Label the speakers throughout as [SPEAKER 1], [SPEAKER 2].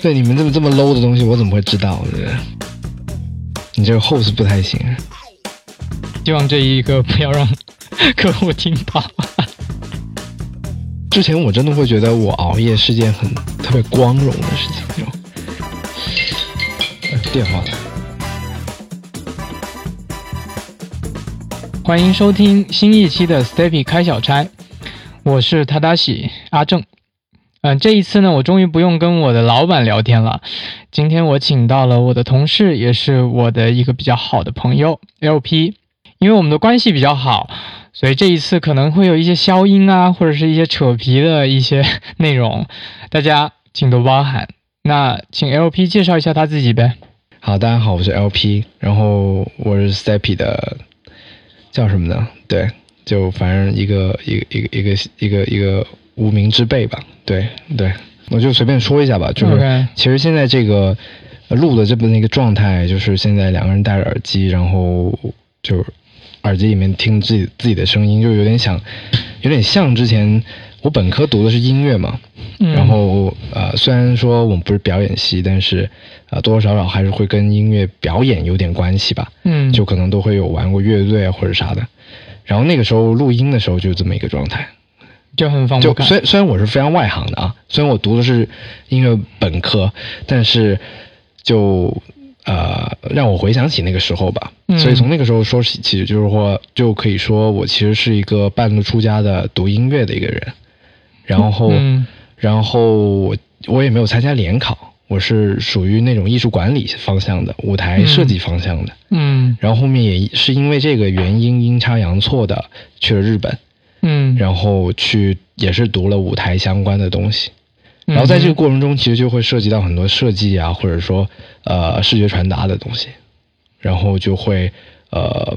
[SPEAKER 1] 对你们这么这么 low 的东西，我怎么会知道？对不对？你这个 host 不太行。
[SPEAKER 2] 希望这一个不要让 客户听到。
[SPEAKER 1] 之前我真的会觉得我熬夜是件很特别光荣的事情。那种哎电话来了。
[SPEAKER 2] 欢迎收听新一期的 Steppy 开小差，我是塔达喜阿正。嗯、这一次呢，我终于不用跟我的老板聊天了。今天我请到了我的同事，也是我的一个比较好的朋友 LP，因为我们的关系比较好，所以这一次可能会有一些消音啊，或者是一些扯皮的一些内容，大家请多包涵。那请 LP 介绍一下他自己呗。
[SPEAKER 1] 好，大家好，我是 LP，然后我是 Steppy 的，叫什么呢？对，就反正一个一个一个一个一个一个无名之辈吧。对对，我就随便说一下吧，就是
[SPEAKER 2] OK
[SPEAKER 1] 其实现在这个呃录的这么一个状态，就是现在两个人戴着耳机，然后就是耳机里面听自己自己的声音，就有点想，有点像之前我本科读的是音乐嘛，
[SPEAKER 2] 嗯
[SPEAKER 1] 然后呃，虽然说我们不是表演系，但是呃多多少少还是会跟音乐表演有点关系吧，
[SPEAKER 2] 嗯，
[SPEAKER 1] 就可能都会有玩过乐队啊或者啥的。然后那个时候录音的时候就这么一个状态，
[SPEAKER 2] 就很放不
[SPEAKER 1] 就
[SPEAKER 2] 开。
[SPEAKER 1] 虽虽然我是非常外行的啊，虽然我读的是音乐本科，但是就呃让我回想起那个时候吧。
[SPEAKER 2] 嗯
[SPEAKER 1] 所以从那个时候说起，其实就是说就可以说我其实是一个半路出家的读音乐的一个人。然后，
[SPEAKER 2] 嗯
[SPEAKER 1] 然后我我也没有参加联考，我是属于那种艺术管理方向的，舞台设计方向的。
[SPEAKER 2] 嗯
[SPEAKER 1] 然后后面也是因为这个原因，阴差阳错的去了日本，
[SPEAKER 2] 嗯，
[SPEAKER 1] 然后去也是读了舞台相关的东西。
[SPEAKER 2] 嗯
[SPEAKER 1] 然后在这个过程中，其实就会涉及到很多设计啊，或者说呃视觉传达的东西，然后就会呃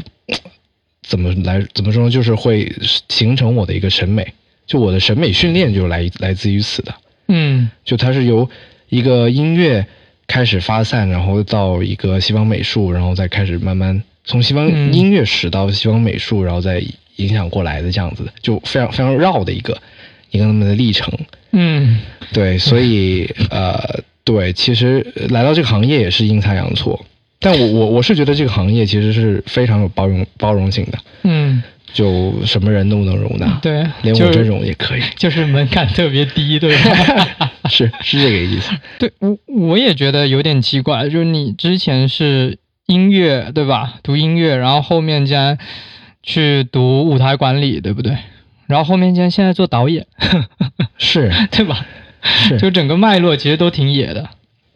[SPEAKER 1] 怎么来怎么说呢，就是会形成我的一个审美，就我的审美训练就来来自于此的，
[SPEAKER 2] 嗯
[SPEAKER 1] 就它是由一个音乐开始发散，然后到一个西方美术，然后再开始慢慢从西方
[SPEAKER 2] 嗯
[SPEAKER 1] 音乐史到西方美术，然后再影响过来的这样子的，就非常非常绕的一个一个那么的历程。
[SPEAKER 2] 嗯
[SPEAKER 1] 对，所 以呃，对，其实呃来到这个行业也是阴差阳错，但我我我是觉得这个行业其实是非常有包容包容性的，
[SPEAKER 2] 嗯，
[SPEAKER 1] 就什么人都能容纳，
[SPEAKER 2] 对，
[SPEAKER 1] 连
[SPEAKER 2] 就
[SPEAKER 1] 我
[SPEAKER 2] 是
[SPEAKER 1] 这种也可以，
[SPEAKER 2] 就是门槛特别低，对吧？
[SPEAKER 1] 是是这个意思。
[SPEAKER 2] 对我我也觉得有点奇怪，就是你之前是音乐对吧？读音乐，然后后面竟然去读舞台管理，对不对？然后后面竟然现在做导演，
[SPEAKER 1] 是
[SPEAKER 2] 对吧？
[SPEAKER 1] 是，
[SPEAKER 2] 就整个脉络其实都挺野的，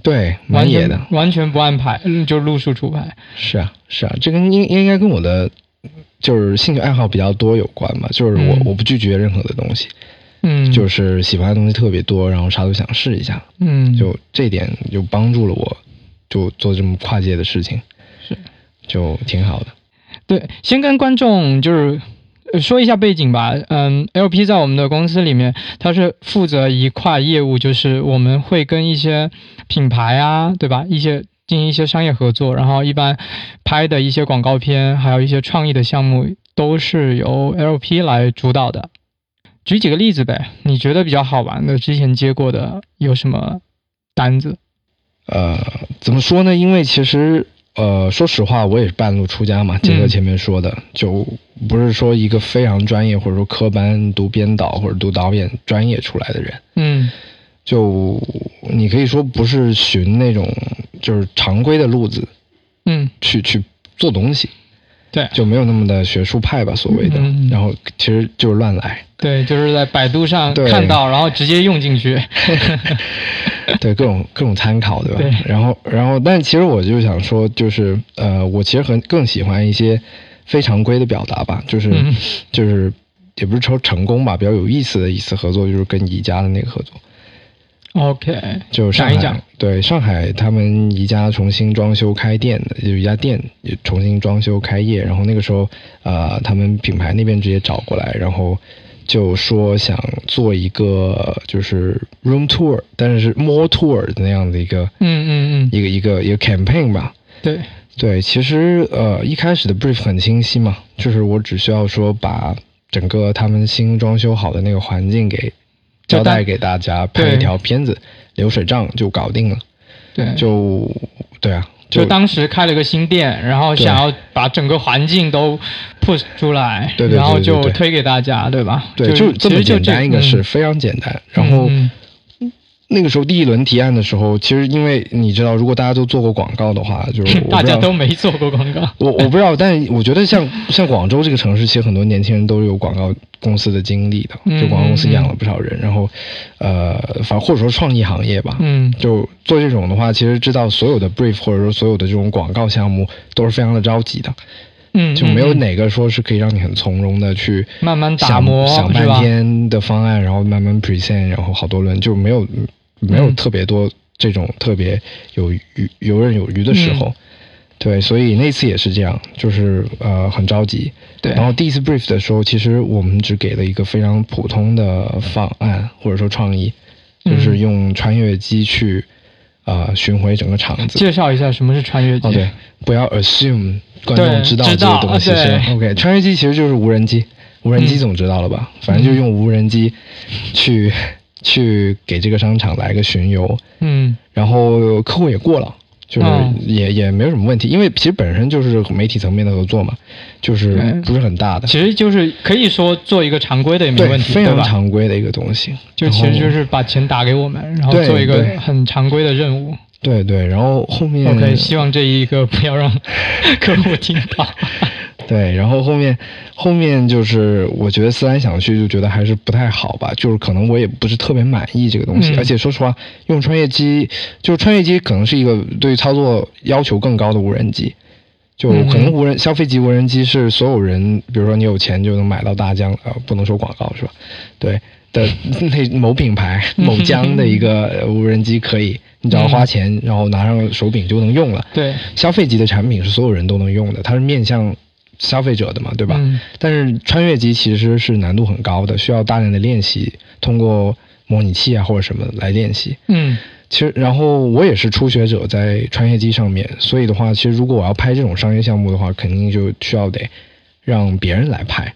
[SPEAKER 1] 对，
[SPEAKER 2] 完
[SPEAKER 1] 蛮
[SPEAKER 2] 全
[SPEAKER 1] 野的，
[SPEAKER 2] 完全不按牌，嗯就路数出牌。
[SPEAKER 1] 是啊是啊，这跟应应该跟我的就是兴趣爱好比较多有关吧，就是我、
[SPEAKER 2] 嗯
[SPEAKER 1] 我不拒绝任何的东西，
[SPEAKER 2] 嗯，
[SPEAKER 1] 就是喜欢的东西特别多，然后啥都想试一下，
[SPEAKER 2] 嗯，
[SPEAKER 1] 就这点就帮助了我，就做这么跨界的事情，
[SPEAKER 2] 是
[SPEAKER 1] 就挺好的。
[SPEAKER 2] 对，先跟观众就是呃说一下背景吧。嗯，LP 在我们的公司里面，他是负责一块业务，就是我们会跟一些品牌啊，对吧？一些进行一些商业合作，然后一般拍的一些广告片，还有一些创意的项目，都是由 LP 来主导的。举几个例子呗，你觉得比较好玩的，之前接过的有什么单子？
[SPEAKER 1] 呃，怎么说呢？因为其实呃，说实话，我也是半路出家嘛。杰哥
[SPEAKER 2] 嗯
[SPEAKER 1] 前面说的，就不是说一个非常专业或者说科班读编导或者读导演专业出来的人，
[SPEAKER 2] 嗯
[SPEAKER 1] 就你可以说不是循那种就是常规的路子
[SPEAKER 2] 嗯，
[SPEAKER 1] 去去做东西，
[SPEAKER 2] 对
[SPEAKER 1] 就没有那么的学术派吧，所谓的。
[SPEAKER 2] 嗯嗯
[SPEAKER 1] 然后其实就是乱 来。
[SPEAKER 2] 对，就是在百度上
[SPEAKER 1] 对
[SPEAKER 2] 看到，然后直接用进 去。
[SPEAKER 1] 对各种各种参考，对吧？
[SPEAKER 2] 对
[SPEAKER 1] 然后，然后，但其实我就想说，就是呃，我其实很更喜欢一些非常规的表达吧，就是、
[SPEAKER 2] 嗯
[SPEAKER 1] 就是也不是说成功吧，比较有意思的一次合作，就是跟宜家的那个合作，
[SPEAKER 2] OK，
[SPEAKER 1] 就是上海
[SPEAKER 2] 讲一讲
[SPEAKER 1] 对上海他们宜家重新装修开店的，就宜家店也重新装修开业，然后那个时候呃，他们品牌那边直接找过来，然后。就说想做一个就是 room tour，但是是 more tour 的那样的一个
[SPEAKER 2] 嗯嗯嗯，
[SPEAKER 1] 一个一个一个 campaign 吧。
[SPEAKER 2] 对，
[SPEAKER 1] 对，其实呃一开始的 brief 很清晰嘛，就是我只需要说把整个他们新装修好的那个环境给
[SPEAKER 2] 就
[SPEAKER 1] 交代
[SPEAKER 2] 大
[SPEAKER 1] 给大家，拍一条片子，流水账就搞定了，
[SPEAKER 2] 对，
[SPEAKER 1] 就对啊，
[SPEAKER 2] 就
[SPEAKER 1] 就
[SPEAKER 2] 当时开了个新店，然后
[SPEAKER 1] 对
[SPEAKER 2] 想要把整个环境都 push 出来，
[SPEAKER 1] 对对对
[SPEAKER 2] 然后
[SPEAKER 1] 对
[SPEAKER 2] 就
[SPEAKER 1] 对
[SPEAKER 2] 推给大家，对吧？
[SPEAKER 1] 对，
[SPEAKER 2] 就嗯
[SPEAKER 1] 就这么简单一个事，非常简单。然后。那个时候第一轮提案的时候，其实因为你知道，如果大家都做过广告的话，就是我不知道
[SPEAKER 2] 大家都没做过广告，
[SPEAKER 1] 我我不知道，但是我觉得像像广州这个城市，其实很多年轻人都有广告公司的经历的，
[SPEAKER 2] 嗯
[SPEAKER 1] 就广告公司养了不少人，然后呃，反正或者说创意行业吧，
[SPEAKER 2] 嗯
[SPEAKER 1] 就做这种的话，其实知道所有的 brief 或者说所有的这种广告项目都是非常的着急的，
[SPEAKER 2] 嗯，
[SPEAKER 1] 就没有
[SPEAKER 2] 嗯嗯
[SPEAKER 1] 哪个说是可以让你很从容的去
[SPEAKER 2] 慢慢打
[SPEAKER 1] 想
[SPEAKER 2] 磨
[SPEAKER 1] 想
[SPEAKER 2] 是吧
[SPEAKER 1] 半天的方案，然后慢慢 present，然后好多轮就没有没有
[SPEAKER 2] 嗯
[SPEAKER 1] 特别多这种特别有余游刃有余的时候。
[SPEAKER 2] 嗯
[SPEAKER 1] 对，所以那次也是这样，就是呃很着急。
[SPEAKER 2] 对，
[SPEAKER 1] 然后第一次 brief 的时候，其实我们只给了一个非常普通的方案或者说创意，就是
[SPEAKER 2] 嗯
[SPEAKER 1] 用穿越机去呃巡回整个场子。
[SPEAKER 2] 介绍一下什么是穿越
[SPEAKER 1] 哦，
[SPEAKER 2] 机，
[SPEAKER 1] 对，不要 assume 观
[SPEAKER 2] 对
[SPEAKER 1] 众知道
[SPEAKER 2] 知
[SPEAKER 1] 这
[SPEAKER 2] 道呃
[SPEAKER 1] 个东西是
[SPEAKER 2] 对
[SPEAKER 1] OK。穿越机其实就是无人机，无人机
[SPEAKER 2] 嗯
[SPEAKER 1] 总知道了吧？反正就用无人机去去给这个商场来个巡游，
[SPEAKER 2] 嗯
[SPEAKER 1] 然后客户也过了。就是
[SPEAKER 2] 哦
[SPEAKER 1] 也、也没有什么问题，因为其实本身就是媒体层面的合作嘛，就是
[SPEAKER 2] 对
[SPEAKER 1] 不是很大的，
[SPEAKER 2] 其实就是可以说做一个常规的也没
[SPEAKER 1] 对，
[SPEAKER 2] 问题，
[SPEAKER 1] 非
[SPEAKER 2] 对
[SPEAKER 1] 常
[SPEAKER 2] 吧？
[SPEAKER 1] 常规的一个东西。
[SPEAKER 2] 就其
[SPEAKER 1] 然
[SPEAKER 2] 实
[SPEAKER 1] 后
[SPEAKER 2] 就是把钱打给我们，然后
[SPEAKER 1] 对
[SPEAKER 2] 做一个
[SPEAKER 1] 对嗯
[SPEAKER 2] 很常规的任务。
[SPEAKER 1] 对对，然后后面
[SPEAKER 2] OK，希望这一个不要让 客户听到。
[SPEAKER 1] 对，然后后面后面就是，我觉得思来想去就觉得还是不太好吧，就是可能我也不是特别满意这个东西，
[SPEAKER 2] 嗯
[SPEAKER 1] 而且说实话，用穿越机，就是穿越机可能是一个对操作要求更高的无人机，就
[SPEAKER 2] 嗯
[SPEAKER 1] 可能无人、消费级无人机是所有人，比如说你有钱就能买到大疆，呃，不能说广告是吧？对的，那某品牌某疆的一个呃无人机可以，你只要花钱，然后拿上手柄就能用了。
[SPEAKER 2] 对，
[SPEAKER 1] 消费级的产品是所有人都能用的，它是面向消费者的嘛，对吧？
[SPEAKER 2] 嗯
[SPEAKER 1] 但是穿越级其实是难度很高的，需要大量的练习，通过模拟器啊或者什么来练习。
[SPEAKER 2] 嗯
[SPEAKER 1] 其实，然后我也是初学者在穿越机上面，所以的话，其实如果我要拍这种商业项目的话，肯定就需要得让别人来拍。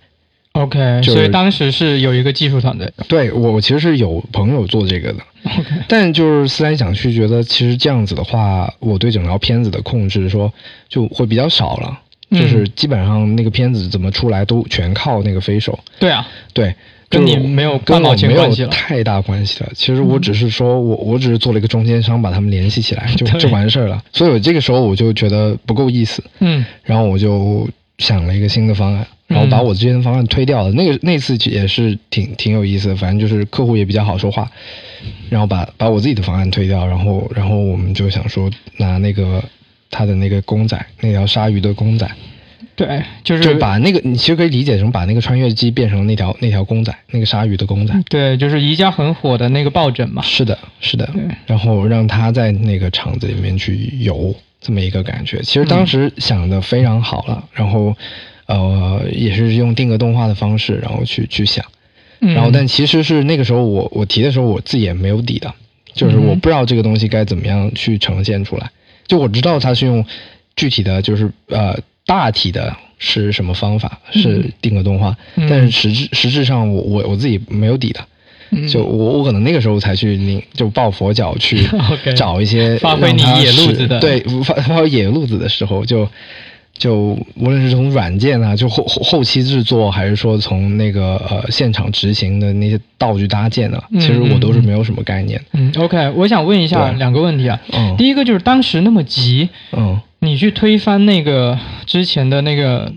[SPEAKER 2] ，OK，
[SPEAKER 1] 就是
[SPEAKER 2] 所以当时是有一个技术团队。
[SPEAKER 1] 对我，我其实是有朋友做这个的，
[SPEAKER 2] OK，
[SPEAKER 1] 但就是思来想去，觉得其实这样子的话，我对整条片子的控制说就会比较少了，
[SPEAKER 2] 嗯
[SPEAKER 1] 就是基本上那个片子怎么出来都全靠那个飞手，
[SPEAKER 2] 对啊，
[SPEAKER 1] 对，
[SPEAKER 2] 跟
[SPEAKER 1] 就是
[SPEAKER 2] 你没有半
[SPEAKER 1] 跟
[SPEAKER 2] 毛
[SPEAKER 1] 我
[SPEAKER 2] 钱
[SPEAKER 1] 没有
[SPEAKER 2] 关系了
[SPEAKER 1] 太大关系了。其实我只是说我 我只是做了一个中间商，把他们联系起来就
[SPEAKER 2] 对
[SPEAKER 1] 就完事儿了。所以我这个时候我就觉得不够意思，
[SPEAKER 2] 嗯
[SPEAKER 1] 然后我就想了一个新的方案，然后把我之前的方案推掉了。那个那次也是挺挺有意思的，反正就是客户也比较好说话，然后把把我自己的方案推掉，然后然后我们就想说拿那个他的那个公仔，那条鲨鱼的公仔，
[SPEAKER 2] 对，就是
[SPEAKER 1] 就把那个你其实可以理解成把那个穿越机变成那条那条公仔，那个鲨鱼的公仔。
[SPEAKER 2] 对，就是宜家很火的那个抱枕嘛。
[SPEAKER 1] 是的，是的
[SPEAKER 2] 对，
[SPEAKER 1] 然后让他在那个厂子里面去游，这么一个感觉。其实当时
[SPEAKER 2] 嗯
[SPEAKER 1] 想的非常好了，然后呃也是用定格动画的方式，然后去去想，
[SPEAKER 2] 嗯、
[SPEAKER 1] 然后但其实是那个时候我我提的时候我自己也没有底的，就是我
[SPEAKER 2] 嗯
[SPEAKER 1] 不知道这个东西该怎么样去呈现出来，就我知道它是用具体的就是呃大体的。是什么方法？是定格动画，
[SPEAKER 2] 嗯
[SPEAKER 1] 但是实质实质上我我我自己没有底的，
[SPEAKER 2] 嗯
[SPEAKER 1] 就我我可能那个时候才去领，就抱佛脚去
[SPEAKER 2] OK
[SPEAKER 1] 找一些
[SPEAKER 2] 发挥
[SPEAKER 1] 让
[SPEAKER 2] 你
[SPEAKER 1] 它
[SPEAKER 2] 野路
[SPEAKER 1] 使
[SPEAKER 2] 子的
[SPEAKER 1] 对发发挥野路子的时候就。就无论是从软件啊，就后后后期制作，还是说从那个呃现场执行的那些道具搭建啊，
[SPEAKER 2] 嗯
[SPEAKER 1] 其实我都是
[SPEAKER 2] 嗯嗯
[SPEAKER 1] 没有什么概念的。
[SPEAKER 2] 嗯，OK，我想问一下
[SPEAKER 1] 对
[SPEAKER 2] 两个问题啊。
[SPEAKER 1] 嗯
[SPEAKER 2] 第一个就是当时那么急，
[SPEAKER 1] 嗯
[SPEAKER 2] 你去推翻那个之前的那个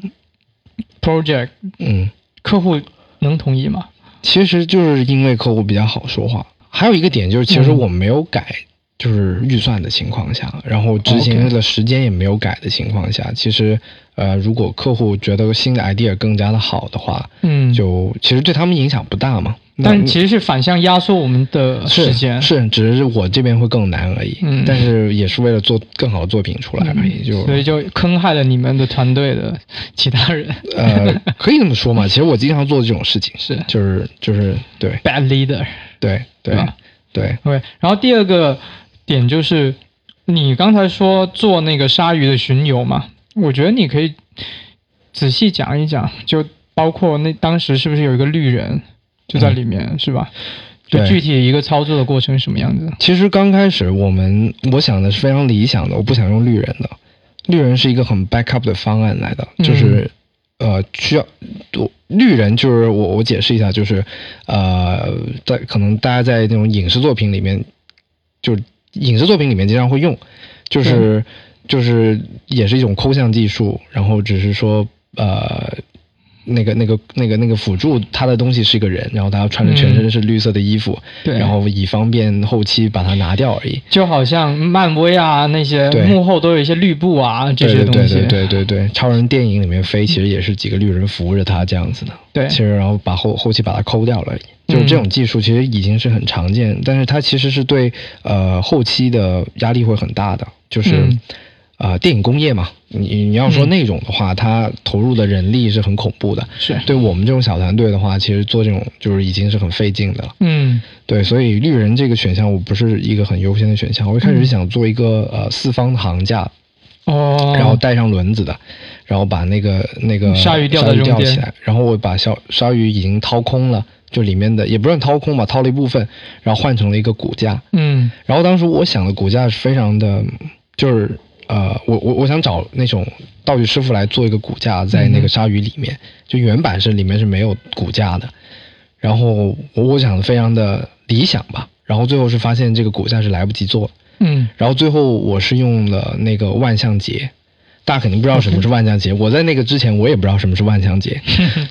[SPEAKER 2] project，
[SPEAKER 1] 嗯，
[SPEAKER 2] 客户能同意吗？
[SPEAKER 1] 其实就是因为客户比较好说话。还有一个点就是，其实
[SPEAKER 2] 嗯
[SPEAKER 1] 我没有改，就是预算的情况下，然后执行
[SPEAKER 2] OK
[SPEAKER 1] 的时间也没有改的情况下，其实呃，如果客户觉得新的 idea 更加的好的话，
[SPEAKER 2] 嗯，
[SPEAKER 1] 就其实对他们影响不大嘛。那
[SPEAKER 2] 但其实是反向压缩我们的时
[SPEAKER 1] 是
[SPEAKER 2] 间。
[SPEAKER 1] 是，只是我这边会更难而已。
[SPEAKER 2] 嗯
[SPEAKER 1] 但是也是为了做更好的作品出来而已。就
[SPEAKER 2] 所以就坑害了你们的团队的其他人。
[SPEAKER 1] 呃，可以这么说嘛。其实我经常做这种事情，
[SPEAKER 2] 是
[SPEAKER 1] 就是就是对
[SPEAKER 2] bad leader，
[SPEAKER 1] 对对
[SPEAKER 2] 对吧
[SPEAKER 1] 对，
[SPEAKER 2] OK，然后第二个点就是，你刚才说做那个鲨鱼的巡游嘛，我觉得你可以仔细讲一讲，就包括那当时是不是有一个绿人就在里面、是吧？就
[SPEAKER 1] 嗯对
[SPEAKER 2] 具体一个操作的过程是什么样子？
[SPEAKER 1] 其实刚开始我们我想的是非常理想的，我不想用绿人的，绿人是一个很 backup 的方案来的，
[SPEAKER 2] 嗯
[SPEAKER 1] 就是、呃需要我绿人就是我我解释一下，就是呃在可能大家在那种影视作品里面，就是影视作品里面经常会用，就是、就是也是一种抠像技术，然后只是说呃。那个、那个、那个、那个辅助，他的东西是一个人，然后他穿着全身是绿色的衣服，
[SPEAKER 2] 对，
[SPEAKER 1] 然后以方便后期把它拿掉而已。
[SPEAKER 2] 就好像漫威啊那些
[SPEAKER 1] 对
[SPEAKER 2] 幕后都有一些绿布啊这些
[SPEAKER 1] 对
[SPEAKER 2] 东
[SPEAKER 1] 对
[SPEAKER 2] 西，
[SPEAKER 1] 对
[SPEAKER 2] 嗯
[SPEAKER 1] 对对对，超人电影里面飞其实也是几个绿人扶着他这样子的，
[SPEAKER 2] 对嗯
[SPEAKER 1] 其实然后把后后期把它抠掉了而已。就是这种技术其实已经是很常见，但是它其实是对呃后期的压力会很大的，就是。
[SPEAKER 2] 嗯
[SPEAKER 1] 呃，电影工业嘛，你你要说
[SPEAKER 2] 嗯
[SPEAKER 1] 那种的话，它投入的人力是很恐怖的。
[SPEAKER 2] 是，
[SPEAKER 1] 对我们这种小团队的话，其实做这种就是已经是很费劲的了。
[SPEAKER 2] 嗯
[SPEAKER 1] 对，所以绿人这个选项我不是一个很优先的选项。我一开始
[SPEAKER 2] 嗯
[SPEAKER 1] 是想做一个、呃四方行架，
[SPEAKER 2] 哦，
[SPEAKER 1] 然后带上轮子的，然后把那个那个
[SPEAKER 2] 鲨鱼吊在
[SPEAKER 1] 鲨鱼
[SPEAKER 2] 中
[SPEAKER 1] 吊
[SPEAKER 2] 间
[SPEAKER 1] 起来，然后我把小鲨鱼已经掏空了，就里面的也不算掏空吧，掏了一部分，然后换成了一个骨架。
[SPEAKER 2] 嗯
[SPEAKER 1] 然后当时我想的骨架是非常的，就是呃，我我我想找那种道具师傅来做一个骨架，在那个鲨鱼里面，就原版是里面是没有骨架的。然后我我想的非常的理想吧，然后最后是发现这个骨架是来不及做，
[SPEAKER 2] 嗯
[SPEAKER 1] 然后最后我是用了那个万象节，大家肯定不知道什么是万象节，
[SPEAKER 2] 嗯
[SPEAKER 1] 我在那个之前我也不知道什么是万象 节，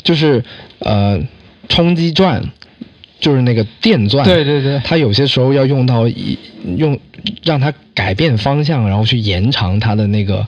[SPEAKER 1] 就是呃冲击钻，就是那个电钻，
[SPEAKER 2] 对对对，，
[SPEAKER 1] 它有些时候要用到一用让它改变方向，然后去延长它的那个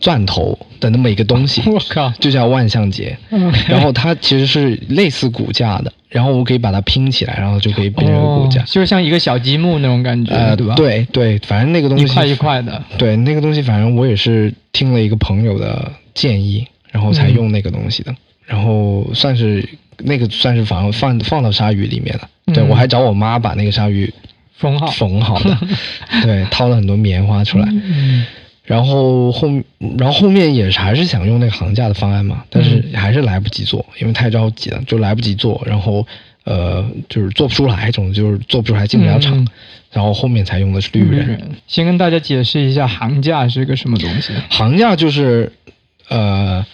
[SPEAKER 1] 钻头的那么一个东西
[SPEAKER 2] 我靠，
[SPEAKER 1] 就叫万向节。
[SPEAKER 2] 嗯
[SPEAKER 1] 然后它其实是类似骨架的，然后我可以把它拼起来，然后就可以变成一个骨架
[SPEAKER 2] 哦。就是像一个小积木那种感觉，
[SPEAKER 1] 呃，
[SPEAKER 2] 对吧？，
[SPEAKER 1] 对对，反正那个东西
[SPEAKER 2] 一块一块的，
[SPEAKER 1] 对那个东西，反正我也是听了一个朋友的建议，然后才
[SPEAKER 2] 嗯
[SPEAKER 1] 用那个东西的，然后算是那个算是反而放放到鲨鱼里面了。对，
[SPEAKER 2] 嗯哦
[SPEAKER 1] 我还找我妈把那个鲨鱼
[SPEAKER 2] 封号，
[SPEAKER 1] 缝好 的，对，掏了很多棉花出来。
[SPEAKER 2] 嗯
[SPEAKER 1] 然后后，然后后面也是还是想用那个行价的方案嘛，但
[SPEAKER 2] 嗯
[SPEAKER 1] 是还是来不及做，因为太着急了，就来不及做。然后，呃，就是做不出来，总之就是做不出来，进不了场。
[SPEAKER 2] 嗯
[SPEAKER 1] 然后后面才用的是绿
[SPEAKER 2] 绿
[SPEAKER 1] 人。
[SPEAKER 2] 人，先跟大家解释一下行架是个什么东西。
[SPEAKER 1] 行价就是，呃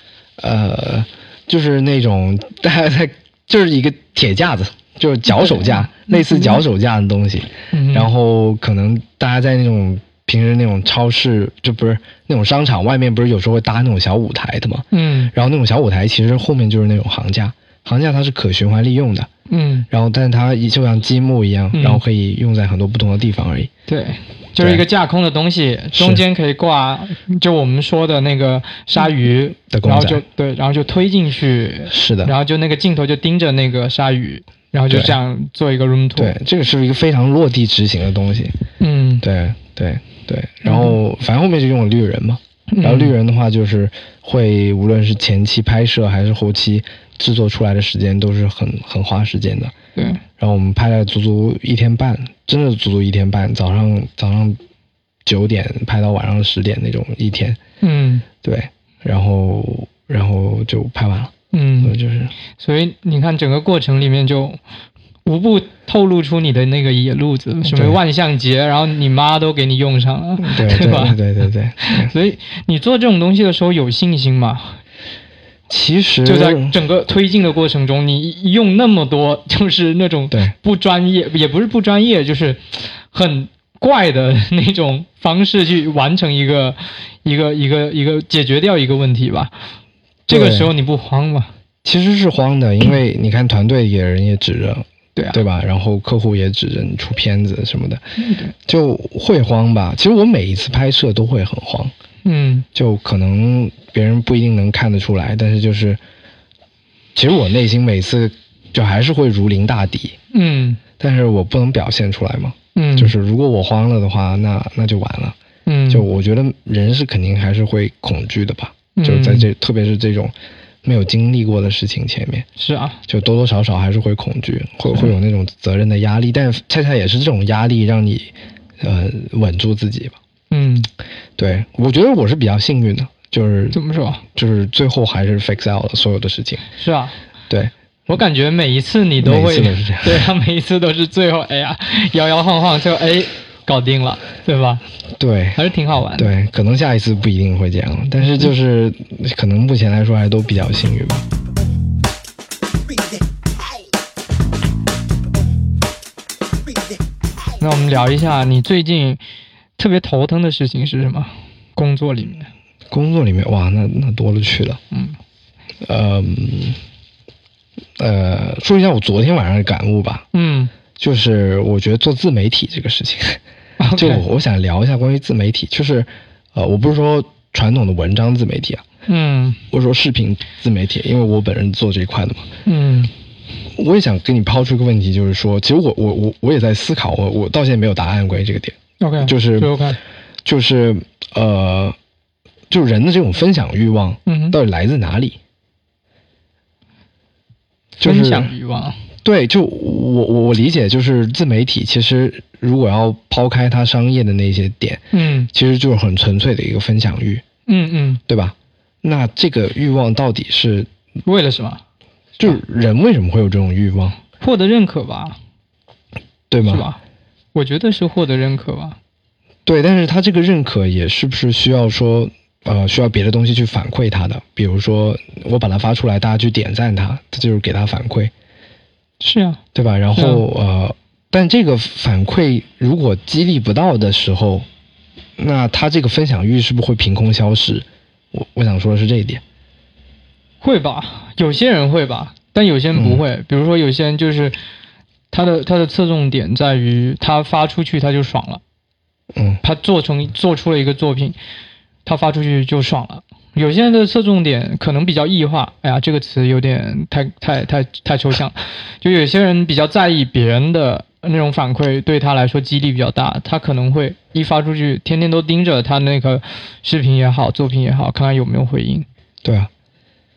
[SPEAKER 1] 呃，就是那种大家在就是一个铁架子，就是脚手架，类似脚手架的东西。
[SPEAKER 2] 嗯
[SPEAKER 1] 然后可能大家在那种平时那种超市，就不是那种商场外面不是有时候会搭那种小舞台的嘛？
[SPEAKER 2] 嗯
[SPEAKER 1] 然后那种小舞台其实后面就是那种行架，行架它是可循环利用的，
[SPEAKER 2] 嗯，
[SPEAKER 1] 然后但是它也就像积木一样，
[SPEAKER 2] 嗯
[SPEAKER 1] 然后可以用在很多不同的地方而已。
[SPEAKER 2] 对，就是一个架空的东西，中间可以挂，就我们说的那个鲨鱼
[SPEAKER 1] 的公
[SPEAKER 2] 然后
[SPEAKER 1] 仔
[SPEAKER 2] 就对，然后就推进去，
[SPEAKER 1] 是的，
[SPEAKER 2] 然后就那个镜头就盯着那个鲨鱼，然后就
[SPEAKER 1] 对
[SPEAKER 2] 这样做一个 room tour。
[SPEAKER 1] 对，，这个是一个非常落地执行的东西。
[SPEAKER 2] 嗯，
[SPEAKER 1] 对对对，然后反正后面就用了绿人嘛。
[SPEAKER 2] 嗯
[SPEAKER 1] 然后绿人的话，就是会无论是前期拍摄还是后期制作出来的时间，都是很很花时间的。
[SPEAKER 2] 对，
[SPEAKER 1] 然后我们拍了足足一天半，真的足足一天半，早上早上九点拍到晚上十点那种一天，
[SPEAKER 2] 嗯
[SPEAKER 1] 对，然后然后就拍完了，
[SPEAKER 2] 嗯，
[SPEAKER 1] 就是
[SPEAKER 2] 所以你看，整个过程里面就无不透露出你的那个野路子，什么
[SPEAKER 1] 对
[SPEAKER 2] 万象节，然后你妈都给你用上了，
[SPEAKER 1] 对
[SPEAKER 2] 对
[SPEAKER 1] 对
[SPEAKER 2] 吧
[SPEAKER 1] 对对对对。
[SPEAKER 2] 所以你做这种东西的时候有信心吗？
[SPEAKER 1] 其实
[SPEAKER 2] 就在整个推进的过程中，你一用那么多，就是那种
[SPEAKER 1] 对
[SPEAKER 2] 不专业，也不是不专业，就是很怪的那种方式去完成一个一个一个一个解决掉一个问题吧。这个
[SPEAKER 1] 对
[SPEAKER 2] 时候你不慌吗？
[SPEAKER 1] 其实是慌的，因 为你看团队也人也指着，
[SPEAKER 2] 对啊，嗯
[SPEAKER 1] 对吧？然后客户也指着你出片子什么的，就会慌吧。其实我每一次拍摄都会很慌，
[SPEAKER 2] 嗯
[SPEAKER 1] 就可能别人不一定能看得出来，但是就是，其实我内心每次就还是会如临大敌，
[SPEAKER 2] 嗯
[SPEAKER 1] 但是我不能表现出来嘛。
[SPEAKER 2] 嗯，
[SPEAKER 1] 就是如果我慌了的话，那那就完了。
[SPEAKER 2] 嗯，
[SPEAKER 1] 就我觉得人是肯定还是会恐惧的吧，
[SPEAKER 2] 嗯
[SPEAKER 1] 就是在这，特别是这种没有经历过的事情前面。
[SPEAKER 2] 是啊，
[SPEAKER 1] 就多多少少还是会恐惧，会会有那种责任的压力，但恰恰也是这种压力让你呃稳住自己吧。
[SPEAKER 2] 嗯，
[SPEAKER 1] 对我觉得我是比较幸运的，就是
[SPEAKER 2] 怎么说？
[SPEAKER 1] 就是最后还是 fix out 了所有的事情。
[SPEAKER 2] 是啊，
[SPEAKER 1] 对，
[SPEAKER 2] 我感觉每一次你都
[SPEAKER 1] 每一
[SPEAKER 2] 会，
[SPEAKER 1] 次都是这样
[SPEAKER 2] 对啊，每一次都是最后哎呀摇摇晃晃，最后哎搞定了，对吧？
[SPEAKER 1] 对
[SPEAKER 2] 还是挺好玩的。
[SPEAKER 1] 对，可能下一次不一定会这样，但是就是
[SPEAKER 2] 嗯
[SPEAKER 1] 可能目前来说还都比较幸运吧。
[SPEAKER 2] 那我们聊一下你最近特别头疼的事情是什么？工作里面，
[SPEAKER 1] 工作里面哇，那那多了去了。
[SPEAKER 2] 嗯
[SPEAKER 1] 嗯，呃，说一下我昨天晚上的感悟吧，
[SPEAKER 2] 嗯
[SPEAKER 1] 就是我觉得做自媒体这个事情
[SPEAKER 2] 嗯，OK
[SPEAKER 1] 就我我想聊一下关于自媒体，就是呃，我不是说传统的文章自媒体啊，
[SPEAKER 2] 嗯
[SPEAKER 1] 我说视频自媒体，因为我本人做这一块的嘛。
[SPEAKER 2] 嗯
[SPEAKER 1] 我也想跟你抛出一个问题，就是说，其实我我我我也在思考，我我到现在没有答案关于这个点，
[SPEAKER 2] ，OK，
[SPEAKER 1] 就是
[SPEAKER 2] 最后看，
[SPEAKER 1] 就是呃，就人的这种分享欲望
[SPEAKER 2] 嗯哼，
[SPEAKER 1] 到底来自哪里？就是
[SPEAKER 2] 分享欲望，
[SPEAKER 1] 对，就我我我理解，就是自媒体其实如果要抛开它商业的那些点，
[SPEAKER 2] 嗯
[SPEAKER 1] 其实就是很纯粹的一个分享欲，
[SPEAKER 2] 嗯
[SPEAKER 1] 对吧？那这个欲望到底是，
[SPEAKER 2] 嗯，为了什么？
[SPEAKER 1] 就是人为什么会有这种欲望，
[SPEAKER 2] 获得认可吧，
[SPEAKER 1] 对吗？
[SPEAKER 2] 是吧？我觉得是获得认可吧。
[SPEAKER 1] 对，但是他这个认可也是不是需要说，呃，需要别的东西去反馈他的？比如说我把它发出来，大家去点赞它，这就是给他反馈，
[SPEAKER 2] 是啊，
[SPEAKER 1] 对吧？然后、呃，但这个反馈如果激励不到的时候，那他这个分享欲是不是会凭空消失？我我想说的是这一点。
[SPEAKER 2] 会吧，有些人会吧，但有些人不
[SPEAKER 1] 嗯
[SPEAKER 2] 会。比如说，有些人就是他的他的侧重点在于他发出去他就爽了，
[SPEAKER 1] 嗯
[SPEAKER 2] 他做成做出了一个作品，他发出去就爽了。有些人的侧重点可能比较异化，哎呀，这个词有点太太太太抽象。就有些人比较在意别人的那种反馈，对他来说激励比较大，他可能会一发出去，天天都盯着他那个视频也好，作品也好，看看有没有回应。
[SPEAKER 1] 对啊，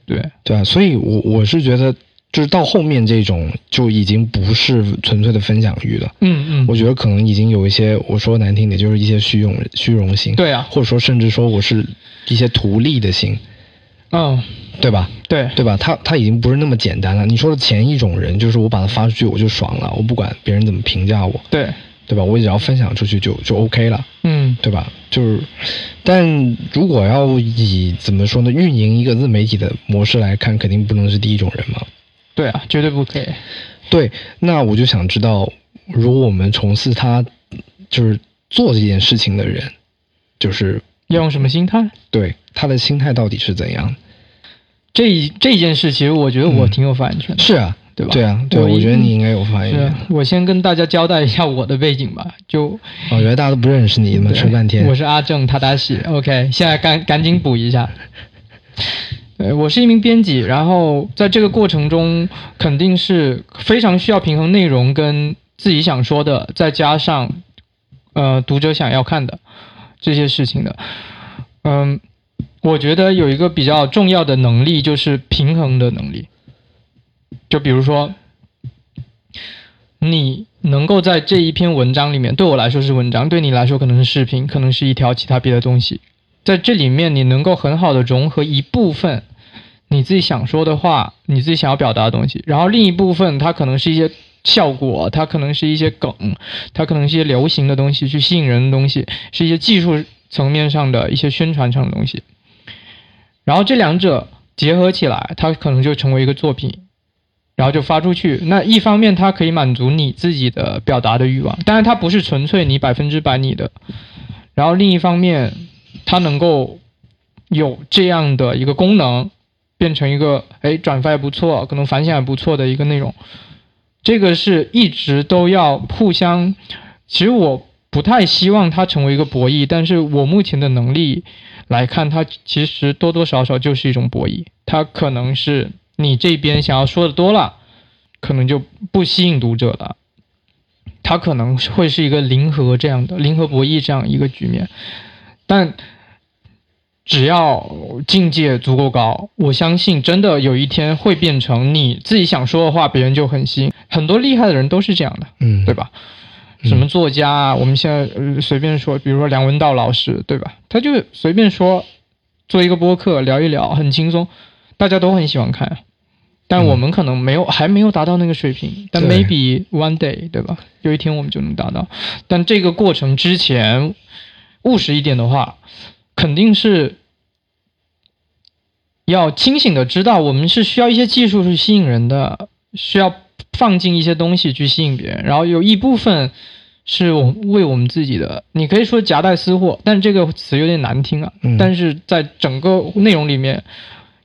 [SPEAKER 2] 对，
[SPEAKER 1] 对啊，所以我我是觉得，就是到后面这种就已经不是纯粹的分享欲了。
[SPEAKER 2] 嗯嗯，
[SPEAKER 1] 我觉得可能已经有一些，我说难听点，就是一些虚荣虚荣心，
[SPEAKER 2] 对啊，
[SPEAKER 1] 或者说甚至说我是一些图利的心，
[SPEAKER 2] 嗯，
[SPEAKER 1] 对吧？
[SPEAKER 2] 对，
[SPEAKER 1] 对吧？他他已经不是那么简单了。你说的前一种人，就是我把它发出去我就爽了，我不管别人怎么评价我，
[SPEAKER 2] 对，
[SPEAKER 1] 对吧？我只要分享出去就就 OK 了，
[SPEAKER 2] 嗯
[SPEAKER 1] 对吧？就是，但如果要以怎么说呢，运营一个自媒体的模式来看，肯定不能是第一种人嘛。
[SPEAKER 2] 对啊，绝对不可以。
[SPEAKER 1] 对，那我就想知道，如果我们从事他就是做这件事情的人，就是
[SPEAKER 2] 要用什么心态？
[SPEAKER 1] 对他的心态到底是怎样？
[SPEAKER 2] 这一这件事，其实我觉得我挺有发言权的。
[SPEAKER 1] 是哎啊，
[SPEAKER 2] 对吧
[SPEAKER 1] 对啊，对，
[SPEAKER 2] 我
[SPEAKER 1] 我
[SPEAKER 2] 一
[SPEAKER 1] 觉得你应该有发言
[SPEAKER 2] 是
[SPEAKER 1] 权
[SPEAKER 2] 啊。，我先跟大家交代一下我的背景吧。就
[SPEAKER 1] 我觉哦得大家都不认识你，嘛，
[SPEAKER 2] 对
[SPEAKER 1] 吹半天。
[SPEAKER 2] 我是阿正，他大喜。OK，现在赶赶紧补一下。对，我是一名编辑，然后在这个过程中，肯定是非常需要平衡内容跟自己想说的，再加上呃读者想要看的这些事情的。嗯，我觉得有一个比较重要的能力就是平衡的能力，就比如说。你能够在这一篇文章里面，对我来说是文章，对你来说可能是视频，可能是一条其他别的东西，在这里面你能够很好的融合一部分你自己想说的话，你自己想要表达的东西，然后另一部分它可能是一些效果，它可能是一些梗，它可能是一些流行的东西，去吸引人的东西，是一些技术层面上的一些宣传上的东西，然后这两者结合起来，它可能就成为一个作品，然后就发出去。那一方面，它可以满足你自己的表达的欲望，但是它不是纯粹你百分之百你的。然后另一方面，它能够有这样的一个功能，变成一个哎转发也不错，可能反响也不错的一个内容。这个是一直都要互相。其实我不太希望它成为一个博弈，但是我目前的能力来看，它其实多多少少就是一种博弈。它可能是你这边想要说的多了，可能就不吸引读者了。它可能会是一个零和这样的零和博弈这样一个局面，但只要境界足够高，我相信真的有一天会变成你自己想说的话，别人就很吸引。很多厉害的人都是这样的。
[SPEAKER 1] 嗯，
[SPEAKER 2] 对
[SPEAKER 1] 吧？
[SPEAKER 2] 吧？
[SPEAKER 1] 嗯
[SPEAKER 2] 什么作家啊？我们现在、呃、随便说，比如说梁文道老师，对吧？他就随便说，做一个播客聊一聊，很轻松，大家都很喜欢看。但我们可能没有，还没有达到那个水平，但
[SPEAKER 1] 嗯对
[SPEAKER 2] maybe one day，对吧？有一天我们就能达到。但这个过程之前，务实一点的话，肯定是要清醒的知道，我们是需要一些技术去吸引人的，需要放进一些东西去吸引别人，然后有一部分是我为我们自己的，你可以说夹带私货，但这个词有点难听啊。
[SPEAKER 1] 嗯
[SPEAKER 2] 但是在整个内容里面，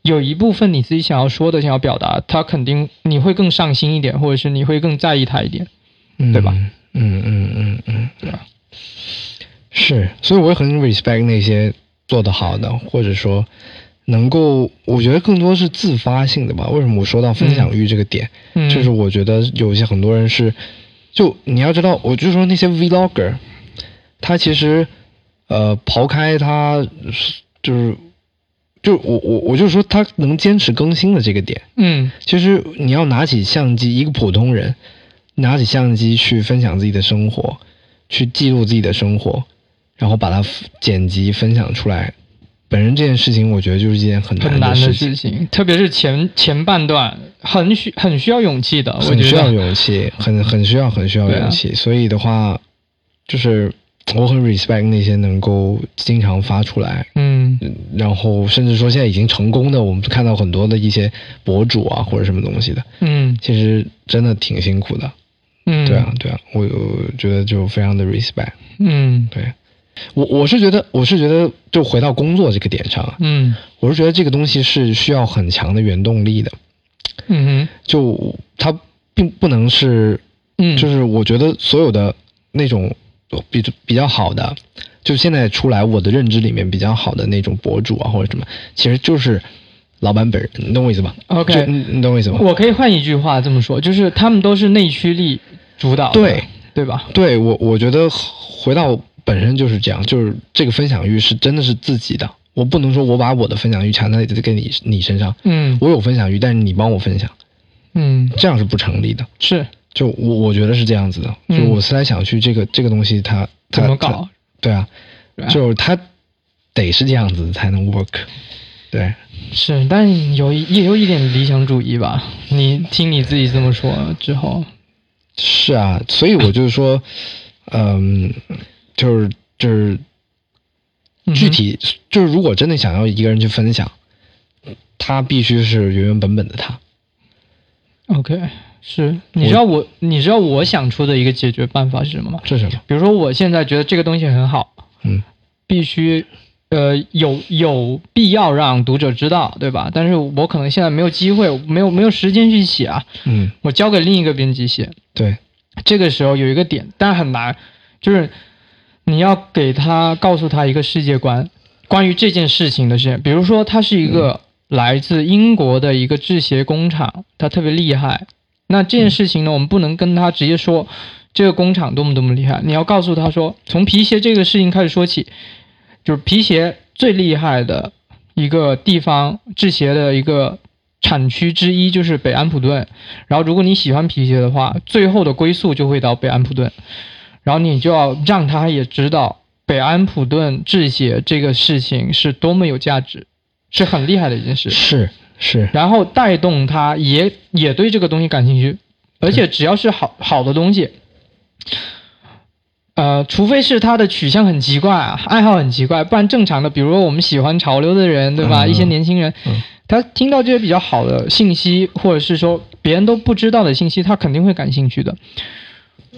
[SPEAKER 2] 有一部分你自己想要说的、想要表达，它肯定你会更上心一点，或者是你会更在意它一点。
[SPEAKER 1] 嗯
[SPEAKER 2] 对吧？
[SPEAKER 1] 嗯嗯嗯嗯，
[SPEAKER 2] 对吧？
[SPEAKER 1] 是，所以我也很 respect 那些做得好的，或者说能够，我觉得更多是自发性的吧。为什么我说到分享欲这个点，
[SPEAKER 2] 嗯，
[SPEAKER 1] 就是我觉得有一些很多人是，就你要知道，我就说那些 vlogger，他其实呃，刨开他就是。就我我我就说他能坚持更新的这个点，
[SPEAKER 2] 嗯
[SPEAKER 1] 其实你要拿起相机，一个普通人拿起相机去分享自己的生活，去记录自己的生活，然后把它剪辑分享出来，本身这件事情，我觉得就是一件很
[SPEAKER 2] 很
[SPEAKER 1] 难
[SPEAKER 2] 难
[SPEAKER 1] 的事
[SPEAKER 2] 的事
[SPEAKER 1] 情，
[SPEAKER 2] 情，特别是前前半段，很需很需要勇气的，我
[SPEAKER 1] 很需
[SPEAKER 2] 觉
[SPEAKER 1] 要
[SPEAKER 2] 得。
[SPEAKER 1] 勇气，很很需要很需要
[SPEAKER 2] 对啊
[SPEAKER 1] 勇气。所以的话，就是我很 respect 那些能够经常发出来。
[SPEAKER 2] 嗯
[SPEAKER 1] 然后，甚至说现在已经成功的，我们看到很多的一些博主啊，或者什么东西的，
[SPEAKER 2] 嗯
[SPEAKER 1] 其实真的挺辛苦的。
[SPEAKER 2] 嗯，
[SPEAKER 1] 对啊，，对啊，我我觉得就非常的 respect。
[SPEAKER 2] 嗯
[SPEAKER 1] 对，我我是觉得，我是觉得，就回到工作这个点上啊，
[SPEAKER 2] 嗯
[SPEAKER 1] 我是觉得这个东西是需要很强的原动力的，
[SPEAKER 2] 嗯哼
[SPEAKER 1] 就它并不能是，
[SPEAKER 2] 嗯，
[SPEAKER 1] 就是我觉得所有的那种比比较好的，就现在出来我的认知里面比较好的那种博主啊或者什么，其实就是老板本人，你懂我意思吧
[SPEAKER 2] OK
[SPEAKER 1] 就你你懂我意思吧？
[SPEAKER 2] 我可以换一句话这么说，就是他们都是内驱力主导的，
[SPEAKER 1] 对
[SPEAKER 2] 对吧？
[SPEAKER 1] 对我，我觉得回到本身就是这样，就是这个分享欲是真的是自己的，我不能说我把我的分享欲强加在给你你身上，
[SPEAKER 2] 嗯
[SPEAKER 1] 我有分享欲，但是你帮我分享，
[SPEAKER 2] 嗯，
[SPEAKER 1] 这样是不成立的。
[SPEAKER 2] 是
[SPEAKER 1] 就我我觉得是这样子的，
[SPEAKER 2] 嗯
[SPEAKER 1] 就我思来想去，这个这个东西它它
[SPEAKER 2] 怎么
[SPEAKER 1] 它
[SPEAKER 2] 搞？
[SPEAKER 1] 对啊，
[SPEAKER 2] 对吧
[SPEAKER 1] 就是它得是这样子才能 work。对，
[SPEAKER 2] 是，但有一也有一点理想主义吧。你听你自己这么说之后，
[SPEAKER 1] 是啊，所以我就是 说，嗯，就是就是
[SPEAKER 2] 嗯哼
[SPEAKER 1] 具体就是，如果真的想要一个人去分享，他必须是原原本本的他。
[SPEAKER 2] OK 是，你知道我你知道我想出的一个解决办法是什么吗？
[SPEAKER 1] 这是什么？
[SPEAKER 2] 比如说我现在觉得这个东西很好，
[SPEAKER 1] 嗯
[SPEAKER 2] 必须呃有有必要让读者知道，对吧？但是我可能现在没有机会，没有没有时间去写啊，
[SPEAKER 1] 嗯，
[SPEAKER 2] 我交给另一个编辑写。
[SPEAKER 1] 对，
[SPEAKER 2] 这个时候有一个点，但很难，就是你要给他告诉他一个世界观，关于这件事情的事情。比如说，他是一个来自英国的一个制鞋工厂，他特别厉害。那这件事情呢，我们不能跟他直接说这个工厂多么多么厉害，你要告诉他说，从皮鞋这个事情开始说起，就是皮鞋最厉害的一个地方，制鞋的一个产区之一就是北安普顿。然后，如果你喜欢皮鞋的话，最后的归宿就会到北安普顿。然后你就要让他也知道北安普顿制鞋这个事情是多么有价值，是很厉害的一件事。
[SPEAKER 1] 是是，
[SPEAKER 2] 然后带动他也也对这个东西感兴趣，而且只要是好
[SPEAKER 1] 嗯
[SPEAKER 2] 好的东西，呃，除非是他的取向很奇怪啊，爱好很奇怪，不然正常的，比如说我们喜欢潮流的人，对吧？
[SPEAKER 1] 嗯
[SPEAKER 2] 一些年轻人，
[SPEAKER 1] 嗯
[SPEAKER 2] 他听到这些比较好的信息，或者是说别人都不知道的信息，他肯定会感兴趣的。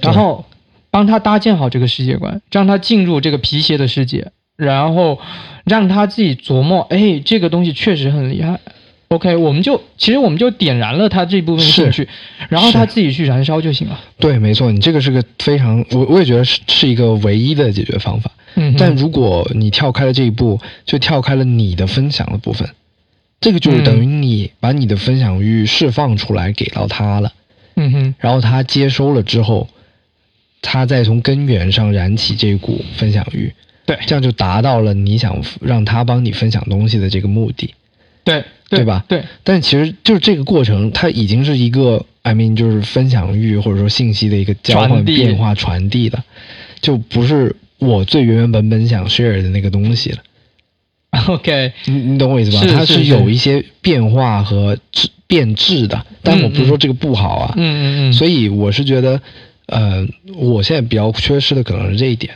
[SPEAKER 2] 然后帮他搭建好这个世界观，让他进入这个皮鞋的世界，然后让他自己琢磨，哎，这个东西确实很厉害。OK，我们就其实我们就点燃了他这部分兴趣，然后他自己去燃烧就行了。
[SPEAKER 1] 对，没错，你这个是个非常，我我也觉得是是一个唯一的解决方法。
[SPEAKER 2] 嗯哼，
[SPEAKER 1] 但如果你跳开了这一步，就跳开了你的分享的部分，这个
[SPEAKER 2] 嗯
[SPEAKER 1] 就是等于你把你的分享欲释放出来给到他了，
[SPEAKER 2] 嗯哼，
[SPEAKER 1] 然后他接收了之后，他再从根源上燃起这股分享欲，
[SPEAKER 2] 对
[SPEAKER 1] 这样就达到了你想让他帮你分享东西的这个目的。
[SPEAKER 2] 对
[SPEAKER 1] 对吧
[SPEAKER 2] 对，
[SPEAKER 1] 但其实就是这个过程，它已经是一个，I mean，就是分享欲或者说信息的一个交换、
[SPEAKER 2] 传递
[SPEAKER 1] 变化、传递的，就不是我最原原本本想 share 的那个东西了。
[SPEAKER 2] OK，
[SPEAKER 1] 你你懂我意思吧？
[SPEAKER 2] 嗯是
[SPEAKER 1] 它
[SPEAKER 2] 是
[SPEAKER 1] 是
[SPEAKER 2] 是
[SPEAKER 1] 有一些变化和制变质的，但我不是说这个不好啊，
[SPEAKER 2] 嗯嗯嗯，
[SPEAKER 1] 所以我是觉得，呃，我现在比较缺失的可能是这一点，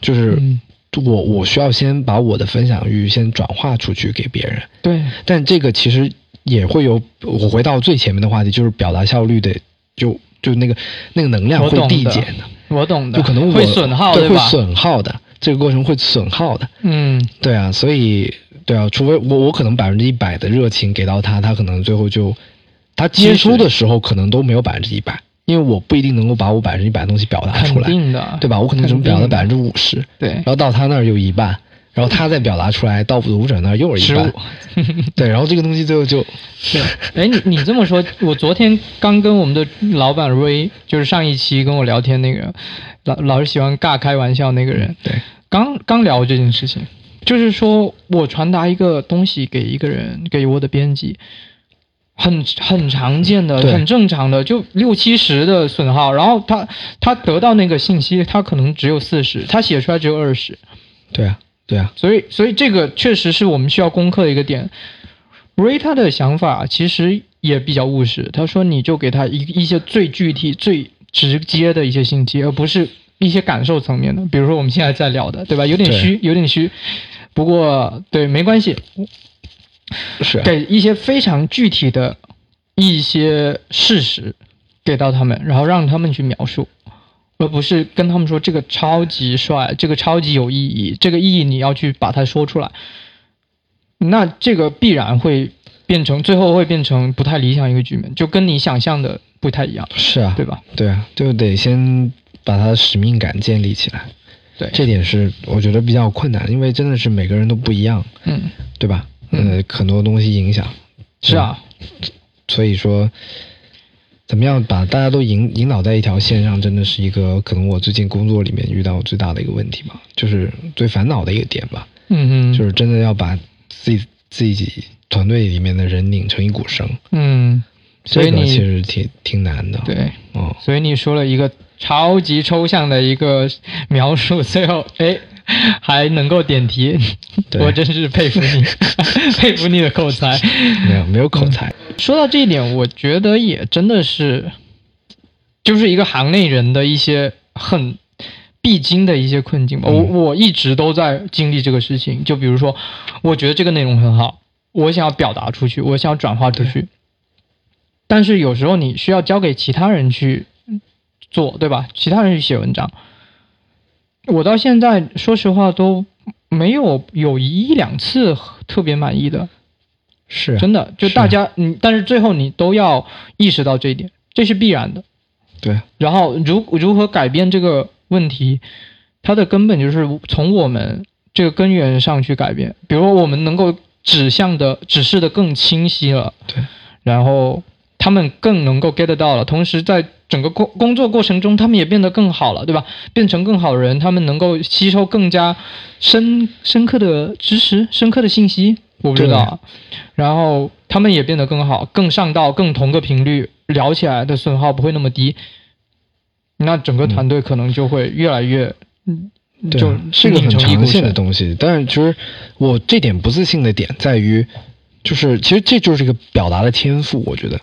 [SPEAKER 1] 就是
[SPEAKER 2] 嗯
[SPEAKER 1] 我我需要先把我的分享欲先转化出去给别人，
[SPEAKER 2] 对，
[SPEAKER 1] 但这个其实也会有，我回到最前面的话题，就是表达效率的，就就那个那个能量
[SPEAKER 2] 我
[SPEAKER 1] 会
[SPEAKER 2] 懂
[SPEAKER 1] 递
[SPEAKER 2] 的
[SPEAKER 1] 减的，
[SPEAKER 2] 我懂的，
[SPEAKER 1] 就可能我
[SPEAKER 2] 会损耗，
[SPEAKER 1] 对，会
[SPEAKER 2] 吧？
[SPEAKER 1] 损耗的，这个过程会损耗的，
[SPEAKER 2] 嗯，
[SPEAKER 1] 对啊，所以对啊，除非我我可能百分之一百的热情给到他，他可能最后就他接
[SPEAKER 2] 其
[SPEAKER 1] 收
[SPEAKER 2] 实
[SPEAKER 1] 的时候可能都没有百分之一百，因为我不一定能够把我百分之一百的东西表达出
[SPEAKER 2] 肯
[SPEAKER 1] 来，
[SPEAKER 2] 定的，
[SPEAKER 1] 对吧？我可能只能表达
[SPEAKER 2] 肯定
[SPEAKER 1] 百分之五十，
[SPEAKER 2] 对
[SPEAKER 1] 然，后到他那儿有一半，然后他再表达出来，到读者那儿又是一
[SPEAKER 2] 十
[SPEAKER 1] 半
[SPEAKER 2] 五，。
[SPEAKER 1] 对，然后这个东西最后就
[SPEAKER 2] 对，哎，你你这么说，我昨天刚跟我们的老板 Ray，就是上一期跟我聊天那个，老老是喜欢尬开玩笑那个人，
[SPEAKER 1] 对，
[SPEAKER 2] 刚刚聊过这件事情，就是说我传达一个东西给一个人，给我的编辑，很很常见的，
[SPEAKER 1] 对
[SPEAKER 2] 很正常的，就六七十的损耗，然后他他得到那个信息，他可能只有四十，他写出来只有二十，
[SPEAKER 1] 对啊，对啊，
[SPEAKER 2] 所以，所以这个确实是我们需要攻克的一个点。Ray 他的想法其实也比较务实，他说你就给他一一些最具体、最直接的一些信息，而不是一些感受层面的，比如说我们现在在聊的，对吧？有点
[SPEAKER 1] 对
[SPEAKER 2] 虚，有点虚，不过对，没关系，
[SPEAKER 1] 是啊，
[SPEAKER 2] 给一些非常具体的一些事实给到他们，然后让他们去描述，而不是跟他们说这个超级帅，这个超级有意义，这个意义你要去把它说出来，那这个必然会变成最后会变成不太理想一个局面，就跟你想象的不太一样，
[SPEAKER 1] 是啊，
[SPEAKER 2] 对吧？
[SPEAKER 1] 对啊，就得先把他的使命感建立起来，
[SPEAKER 2] 对，
[SPEAKER 1] 这点是我觉得比较困难，因为真的是每个人都不一样，
[SPEAKER 2] 嗯，
[SPEAKER 1] 对吧？
[SPEAKER 2] 嗯
[SPEAKER 1] 呃，很多东西影响，嗯
[SPEAKER 2] 是啊，
[SPEAKER 1] 所以说。怎么样把大家都引引导在一条线上，真的是一个可能我最近工作里面遇到最大的一个问题吧，就是最烦恼的一个点吧。
[SPEAKER 2] 嗯嗯，
[SPEAKER 1] 就是真的要把自己自己团队里面的人拧成一股绳，
[SPEAKER 2] 嗯，所以
[SPEAKER 1] 这个
[SPEAKER 2] 你
[SPEAKER 1] 其实挺挺难的。，
[SPEAKER 2] 对。
[SPEAKER 1] 哦，
[SPEAKER 2] 所以你说了一个超级抽象的一个描述，最后哎还能够点题，
[SPEAKER 1] 对
[SPEAKER 2] 我真是佩服你， 佩服你的口才。
[SPEAKER 1] 没有没有
[SPEAKER 2] 嗯
[SPEAKER 1] 口才，
[SPEAKER 2] 说到这一点，我觉得也真的是，就是一个行内人的一些很必经的一些困境吧。我
[SPEAKER 1] 嗯
[SPEAKER 2] 我一直都在经历这个事情，就比如说，我觉得这个内容很好，我想要表达出去，我想要转化出去，但是有时候你需要交给其他人去做，对吧？其他人去写文章，我到现在说实话都没有有一两次特别满意的。
[SPEAKER 1] 是啊
[SPEAKER 2] 真的，就是大家，嗯，但是最后你都要意识到这一点，这是必然的。
[SPEAKER 1] 对
[SPEAKER 2] 然后如如何改变这个问题，它的根本就是从我们这个根源上去改变。比如说我们能够指向的指示的更清晰了，
[SPEAKER 1] 对，
[SPEAKER 2] 然后他们更能够 get 到了，同时在整个工工作过程中，他们也变得更好了，对吧？变成更好人，他们能够吸收更加深深刻的知识、深刻的信息，我不知道啊。然后他们也变得更好，更上道，更同个频率，聊起来的损耗不会那么低。那整个团队可能就会越来越，嗯，
[SPEAKER 1] 对
[SPEAKER 2] 就
[SPEAKER 1] 啊，是个很
[SPEAKER 2] 拧成一股
[SPEAKER 1] 长线的
[SPEAKER 2] 绳
[SPEAKER 1] 东西。但是其实我这点不自信的点在于，就是其实这就是一个表达的天赋，我觉得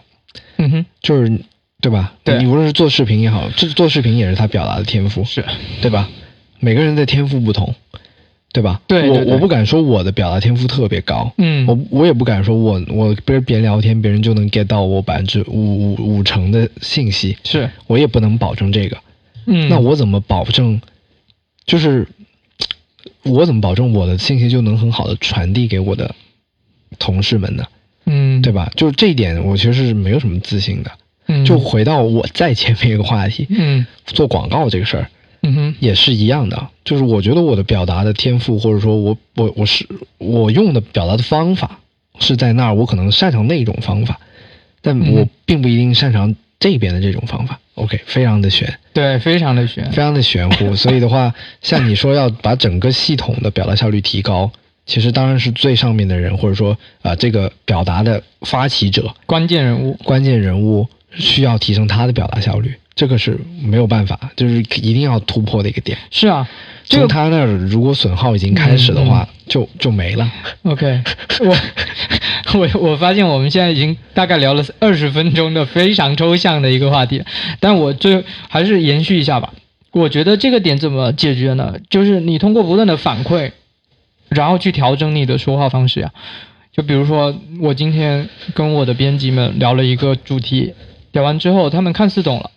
[SPEAKER 2] 嗯哼，
[SPEAKER 1] 就是对吧？
[SPEAKER 2] 对
[SPEAKER 1] 你无论是做视频也好，这做视频也是他表达的天赋，
[SPEAKER 2] 是，
[SPEAKER 1] 对吧？每个人的天赋不同，对吧？
[SPEAKER 2] 对对对
[SPEAKER 1] 我我不敢说我的表达天赋特别高，
[SPEAKER 2] 嗯，
[SPEAKER 1] 我我也不敢说我我跟别人聊天，别人就能 get 到我百分之五五五成的信息，
[SPEAKER 2] 是，
[SPEAKER 1] 我也不能保证这个。
[SPEAKER 2] 嗯，
[SPEAKER 1] 那我怎么保证？就是我怎么保证我的信息就能很好的传递给我的同事们呢？
[SPEAKER 2] 嗯，
[SPEAKER 1] 对吧？就是这一点，我其实是没有什么自信的。
[SPEAKER 2] 嗯，
[SPEAKER 1] 就回到我再前面一个话题，
[SPEAKER 2] 嗯
[SPEAKER 1] 做广告这个事儿，
[SPEAKER 2] 嗯哼，
[SPEAKER 1] 也是一样的，就是我觉得我的表达的天赋，或者说我我我是我用的表达的方法是在那儿，我可能擅长那种方法，但
[SPEAKER 2] 嗯
[SPEAKER 1] 我并不一定擅长这边的这种方法。OK，非常的悬，
[SPEAKER 2] 对，非常的悬
[SPEAKER 1] 非，常的玄乎。所以的话，像你说要把整个系统的表达效率提高，其实当然是最上面的人，或者说啊、这个表达的发起者、
[SPEAKER 2] 关键人物，
[SPEAKER 1] 关键人物需要提升他的表达效率，这个是没有办法，就是一定要突破的一个点。
[SPEAKER 2] 是啊，这
[SPEAKER 1] 从
[SPEAKER 2] 个
[SPEAKER 1] 他那儿如果损耗已经开始的话，就就没了。
[SPEAKER 2] OK，我我我发现我们现在已经大概聊了二十分钟的非常抽象的一个话题，但我最还是延续一下吧。我觉得这个点怎么解决呢？就是你通过不断的反馈，然后去调整你的说话方式呀、就比如说，我今天跟我的编辑们聊了一个主题，聊完之后，他们看似懂了，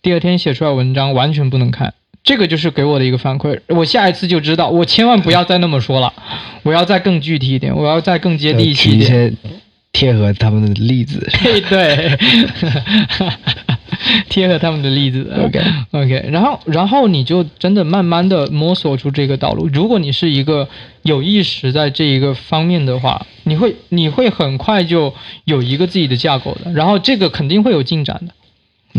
[SPEAKER 2] 第二天写出来文章完全不能看。这个就是给我的一个反馈，我下一次就知道，我千万不要再那么说了，我要再更具体一点，我要再更接地气
[SPEAKER 1] 举一
[SPEAKER 2] 一点。
[SPEAKER 1] 些贴合他们的例 子。
[SPEAKER 2] 对哎对，贴合他们的例子。
[SPEAKER 1] OK
[SPEAKER 2] OK，然后然后你就真的慢慢的摸索出这个道路。如果你是一个有意识在这一个方面的话，你会你会很快就有一个自己的架构的，然后这个肯定会有进展的。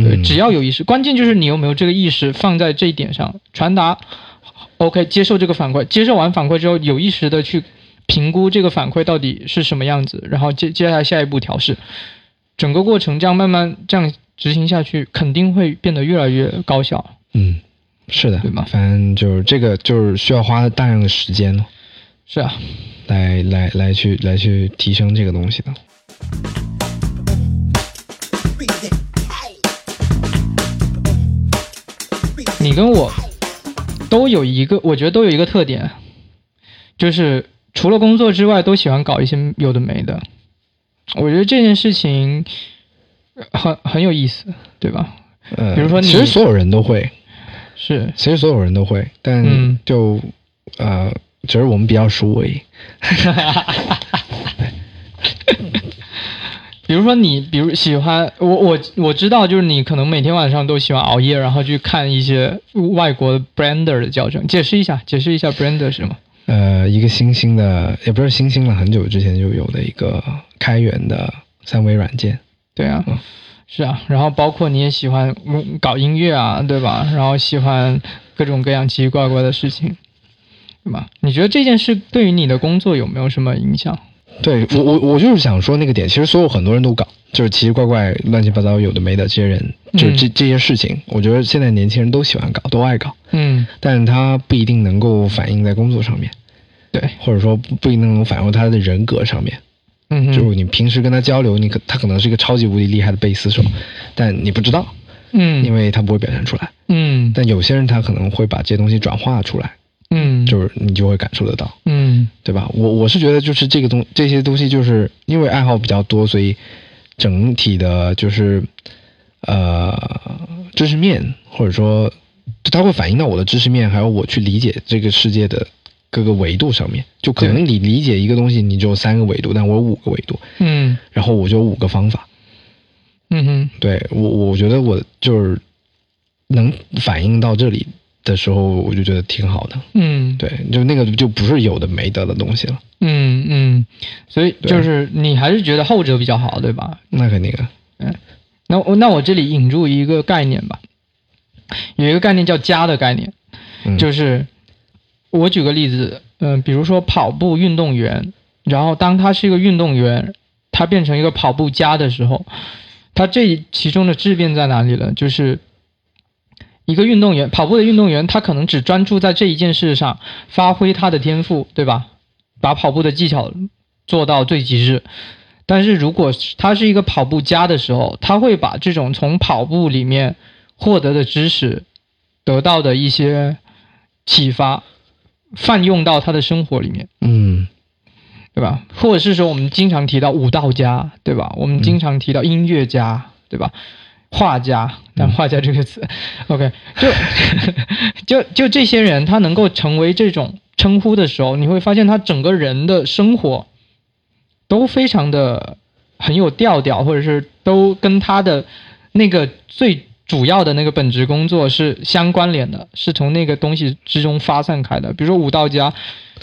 [SPEAKER 2] 对，
[SPEAKER 1] 嗯
[SPEAKER 2] 只要有意识，关键就是你有没有这个意识放在这一点上传达。OK，接受这个反馈，接受完反馈之后，有意识的去评估这个反馈到底是什么样子，然后接接下来下一步调试，整个过程这样慢慢这样执行下去，肯定会变得越来越高效。
[SPEAKER 1] 嗯，是的，
[SPEAKER 2] 对吧
[SPEAKER 1] 反正就是这个，就是需要花大量的时间了，
[SPEAKER 2] 是啊，
[SPEAKER 1] 来来来去来去提升这个东西的。
[SPEAKER 2] 你跟我都有一个，我觉得都有一个特点，就是除了工作之外，都喜欢搞一些有的没的。我觉得这件事情很很有意思，对吧？
[SPEAKER 1] 呃，
[SPEAKER 2] 比如说你
[SPEAKER 1] 其实所有人都会，
[SPEAKER 2] 是，
[SPEAKER 1] 其实所有人都会，
[SPEAKER 2] 嗯
[SPEAKER 1] 但就、呃，只是我们比较熟而已。
[SPEAKER 2] 比如说你，比如喜欢我，我我知道，就是你可能每天晚上都喜欢熬夜，然后去看一些外国 brander 的教程。解释一下，解释一下 brander 是什么？
[SPEAKER 1] 呃，一个新兴的，也不是新兴了，很久之前就有的一个开源的三维软件。
[SPEAKER 2] 对啊
[SPEAKER 1] 嗯，
[SPEAKER 2] 是啊，然后包括你也喜欢嗯搞音乐啊，对吧？然后喜欢各种各样奇奇怪怪的事情，对吧？你觉得这件事对于你的工作有没有什么影响？
[SPEAKER 1] 对我我我就是想说那个点，其实所有很多人都搞，就是奇奇怪怪、乱七八糟、有的没的这些人，就是
[SPEAKER 2] 嗯
[SPEAKER 1] 这这些事情，我觉得现在年轻人都喜欢搞，都爱搞，
[SPEAKER 2] 嗯，
[SPEAKER 1] 但他不一定能够反映在工作上面，
[SPEAKER 2] 对，
[SPEAKER 1] 或者说不不一定能反映他的人格上面。
[SPEAKER 2] 嗯哼，
[SPEAKER 1] 就是你平时跟他交流，你可他可能是一个超级无敌厉害的贝斯手，但你不知道，
[SPEAKER 2] 嗯，
[SPEAKER 1] 因为他不会表现出来。
[SPEAKER 2] 嗯
[SPEAKER 1] 但有些人他可能会把这些东西转化出来，
[SPEAKER 2] 嗯，
[SPEAKER 1] 就是你就会感受得到。
[SPEAKER 2] 嗯
[SPEAKER 1] 对吧？我我是觉得就是这个东这些东西，就是因为爱好比较多，所以整体的就是呃知识面，或者说就它会反映到我的知识面，还有我去理解这个世界的各个维度上面。就可能你理解一个东西，你只有三个维度，但我有五个维度，
[SPEAKER 2] 嗯
[SPEAKER 1] 然后我就有五个方法。
[SPEAKER 2] 嗯哼，
[SPEAKER 1] 对我我觉得我就是能反映到这里的时候，我就觉得挺好的。
[SPEAKER 2] 嗯
[SPEAKER 1] 对，就那个就不是有的没的的东西了，
[SPEAKER 2] 嗯嗯，所以
[SPEAKER 1] 对
[SPEAKER 2] 就是你还是觉得后者比较好，对吧？
[SPEAKER 1] 那肯定啊。
[SPEAKER 2] 那我那我这里引入一个概念吧，有一个概念叫家的概念，
[SPEAKER 1] 嗯、
[SPEAKER 2] 就是我举个例子，嗯、比如说跑步运动员，然后当他是一个运动员，他变成一个跑步家的时候，他这其中的质变在哪里呢？就是一个运动员，跑步的运动员，他可能只专注在这一件事上，发挥他的天赋，对吧？把跑步的技巧做到最极致。但是如果他是一个跑步家的时候，他会把这种从跑步里面获得的知识、得到的一些启发，泛用到他的生活里面。
[SPEAKER 1] 嗯
[SPEAKER 2] 对吧？或者是说我们经常提到舞蹈家，对吧？我们经常提到音乐家，对吧？画家，但画家这个词、o k 就就就这些人，他能够成为这种称呼的时候，你会发现他整个人的生活都非常的很有调调，或者是都跟他的那个最主要的那个本职工作是相关联的，是从那个东西之中发散开的。比如说武道家，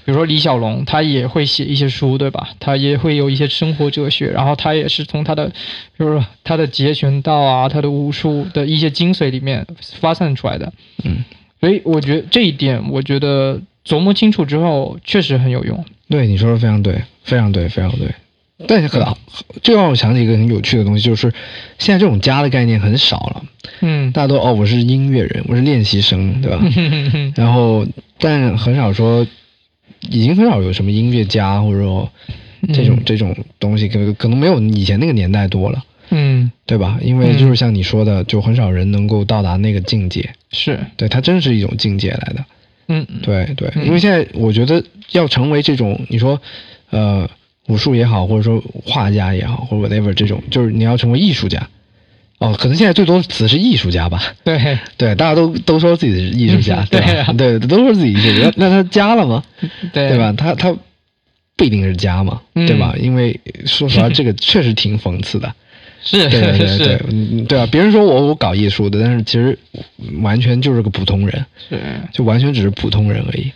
[SPEAKER 2] 比如说李小龙，他也会写一些书，对吧？他也会有一些生活哲学，然后他也是从他的，比如说他的截拳道啊，他的武术的一些精髓里面发散出来的。
[SPEAKER 1] 嗯，
[SPEAKER 2] 所以我觉得这一点，我觉得琢磨清楚之后确实很有用。
[SPEAKER 1] 对，你说的非常对，非常对，非常对。但是很，这让我想起一个很有趣的东西，就是现在这种家的概念很少了，
[SPEAKER 2] 嗯，
[SPEAKER 1] 大家都哦，我是音乐人，我是练习生，对吧？然后，但很少说，已经很少有什么音乐家或者说这种这种东西可能可能没有以前那个年代多了，
[SPEAKER 2] 嗯，
[SPEAKER 1] 对吧？因为就是像你说的，就很少人能够到达那个境界，
[SPEAKER 2] 是，
[SPEAKER 1] 对，它真是一种境界来的。
[SPEAKER 2] 嗯，嗯，
[SPEAKER 1] 对对，
[SPEAKER 2] 嗯
[SPEAKER 1] 因为现在我觉得要成为这种你说，呃，武术也好，或者说画家也好，或者 whatever 这种，就是你要成为艺术家。哦，可能现在最多词是艺术家吧？
[SPEAKER 2] 对，
[SPEAKER 1] 对，大家都都说自己是艺术家，
[SPEAKER 2] 嗯
[SPEAKER 1] 对吧
[SPEAKER 2] 对啊
[SPEAKER 1] 对，都说自己是艺术家，那那他家了吗？
[SPEAKER 2] 对，
[SPEAKER 1] 对吧？？他他不一定是家嘛，
[SPEAKER 2] 嗯
[SPEAKER 1] 对吧？因为说 实话，这个确实挺讽刺的。
[SPEAKER 2] 是，
[SPEAKER 1] 对对对对
[SPEAKER 2] 是，，
[SPEAKER 1] 嗯对啊！别人说我我搞艺术的，但是其实完全就是个普通人，
[SPEAKER 2] 是，
[SPEAKER 1] 就完全只是普通人而已。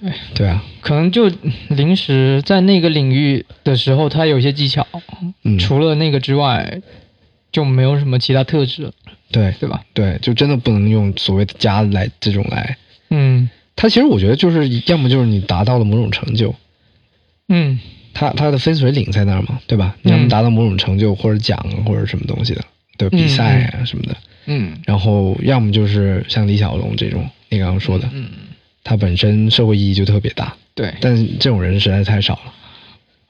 [SPEAKER 2] 对
[SPEAKER 1] 对啊，
[SPEAKER 2] 可能就临时在那个领域的时候，他有一些技巧，
[SPEAKER 1] 嗯，
[SPEAKER 2] 除了那个之外，就没有什么其他特质了，
[SPEAKER 1] 对
[SPEAKER 2] 对吧？
[SPEAKER 1] 对，就真的不能用所谓的家来这种来。
[SPEAKER 2] 嗯
[SPEAKER 1] 他其实我觉得就是要么就是你达到了某种成就，
[SPEAKER 2] 嗯，
[SPEAKER 1] 他他的分水岭在那儿嘛，对吧？你要么
[SPEAKER 2] 嗯
[SPEAKER 1] 达到某种成就或者奖啊或者什么东西的，对比赛啊什么的，
[SPEAKER 2] 嗯
[SPEAKER 1] 然后要么就是像李小龙这种，你刚刚说的，
[SPEAKER 2] 嗯，哎
[SPEAKER 1] 他本身社会意义就特别大，
[SPEAKER 2] 对
[SPEAKER 1] 但这种人实在太少了。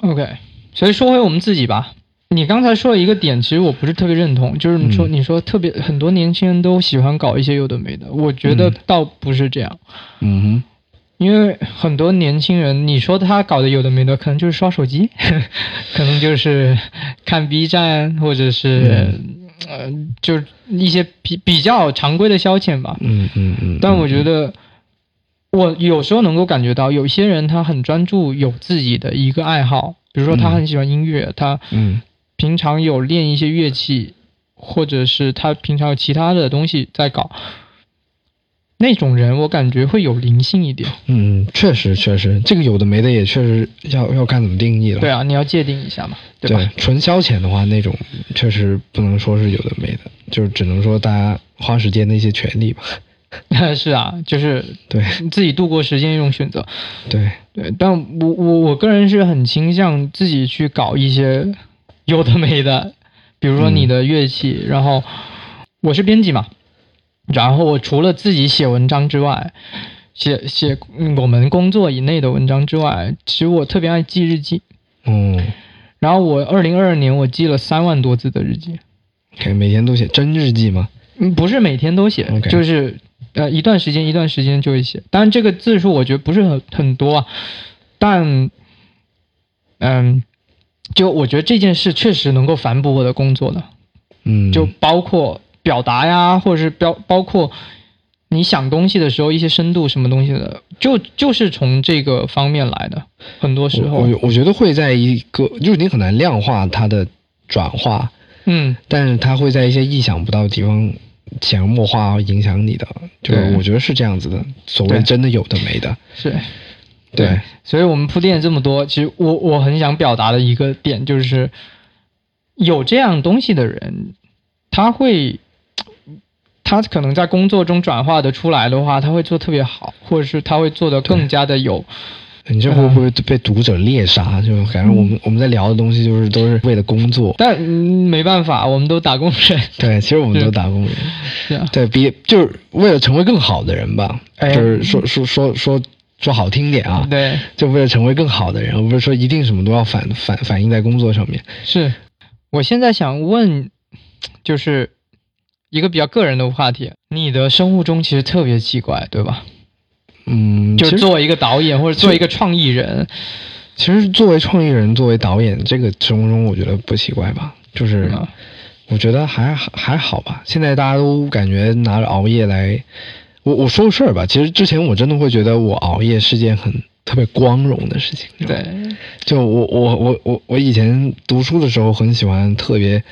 [SPEAKER 2] ，OK。所以说回我们自己吧，你刚才说了一个点，其实我不是特别认同，就是你说、
[SPEAKER 1] 嗯
[SPEAKER 2] 你说特别很多年轻人都喜欢搞一些有的没的，我觉得
[SPEAKER 1] 嗯
[SPEAKER 2] 倒不是这样。
[SPEAKER 1] 嗯
[SPEAKER 2] 因为很多年轻人，你说他搞的有的没的，可能就是刷手机， 可能就是看 B 站，或者是、
[SPEAKER 1] 嗯
[SPEAKER 2] 呃，就是一些比比较常规的消遣吧
[SPEAKER 1] 哼，。嗯嗯嗯。
[SPEAKER 2] 但我觉
[SPEAKER 1] 得，
[SPEAKER 2] 得，我有时候能够感觉到，有些人他很专注，有自己的一个爱好，比如说他
[SPEAKER 1] 嗯
[SPEAKER 2] 很喜欢音乐，他
[SPEAKER 1] 嗯
[SPEAKER 2] 平常有练一些乐器，或者是他平常有其他的东西在搞。那种人，我感觉会有灵性一点。
[SPEAKER 1] 嗯，确实确实，这个有的没的也确实要要看怎么定义了。
[SPEAKER 2] 对啊，你要界定一下嘛，
[SPEAKER 1] 对
[SPEAKER 2] 吧？
[SPEAKER 1] 纯消遣的话，那种确实不能说是有的没的，就是只能说大家花时间的一些权利吧。
[SPEAKER 2] 是啊，就是
[SPEAKER 1] 对
[SPEAKER 2] 自己度过时间一种选择。
[SPEAKER 1] 对，
[SPEAKER 2] 对，但我我我个人是很倾向自己去搞一些有的没的，比如说
[SPEAKER 1] 嗯
[SPEAKER 2] 你的乐器，然后我是编辑嘛，然后我除了自己写文章之外，写写嗯我们工作以内的文章之外，其实我特别爱记日记。
[SPEAKER 1] 嗯，
[SPEAKER 2] 然后我二零二二年我记了三万多字的日记，
[SPEAKER 1] 看每天都写真日记吗？
[SPEAKER 2] 嗯，不是每天都写
[SPEAKER 1] OK
[SPEAKER 2] 就是呃一段时间一段时间就会写。当然这个字数我觉得不是很很多啊，但嗯，就我觉得这件事确实能够反哺我的工作的，
[SPEAKER 1] 嗯，
[SPEAKER 2] 就包括表达呀，或者是标包括。你想东西的时候，一些深度什么东西的，就就是从这个方面来的。很多时
[SPEAKER 1] 我
[SPEAKER 2] 候，
[SPEAKER 1] 我我觉得会在一个，就是你很难量化它的转化，
[SPEAKER 2] 嗯，
[SPEAKER 1] 但是它会在一些意想不到的地方潜移默化影响你的，就是
[SPEAKER 2] 对
[SPEAKER 1] 我觉得是这样子的。所谓
[SPEAKER 2] 对
[SPEAKER 1] 真的有的没的，
[SPEAKER 2] 是，
[SPEAKER 1] 对，
[SPEAKER 2] 所以我们铺垫了这么多，其实我我很想表达的一个点就是，有这样东西的人，他会，他可能在工作中转化的出来的话，他会做特别好，或者是他会做的更加的有，
[SPEAKER 1] 你这会
[SPEAKER 2] 嗯
[SPEAKER 1] 不会被读者猎杀？就感觉我们、我们在聊的东西就是都是为了工作，
[SPEAKER 2] 但、嗯没办法，我们都打工人，
[SPEAKER 1] 对，其实我们
[SPEAKER 2] 嗯
[SPEAKER 1] 都打工人，
[SPEAKER 2] 是啊，
[SPEAKER 1] 对比就是为了成为更好的人吧，
[SPEAKER 2] 哎
[SPEAKER 1] 就是说说说说说好听点啊，
[SPEAKER 2] 对，
[SPEAKER 1] 就为了成为更好的人，而不是说一定什么都要反反反映在工作上面。
[SPEAKER 2] 是，我现在想问，就是一个比较个人的话题，你的生物钟其实特别奇怪，对吧？
[SPEAKER 1] 嗯，
[SPEAKER 2] 就
[SPEAKER 1] 其
[SPEAKER 2] 是
[SPEAKER 1] 实
[SPEAKER 2] 作为一个导演或者作为一个创意人，
[SPEAKER 1] 其实作为创意人，作为导演，这个生活中我觉得不奇怪吧，就是
[SPEAKER 2] 吗
[SPEAKER 1] 我觉得还还好吧。现在大家都感觉拿着熬夜来，我我说个事儿吧，其实之前我真的会觉得我熬夜是件很特别光荣的事情。你知道吗，
[SPEAKER 2] 对，
[SPEAKER 1] 就我我我我我以前读书的时候很喜欢特别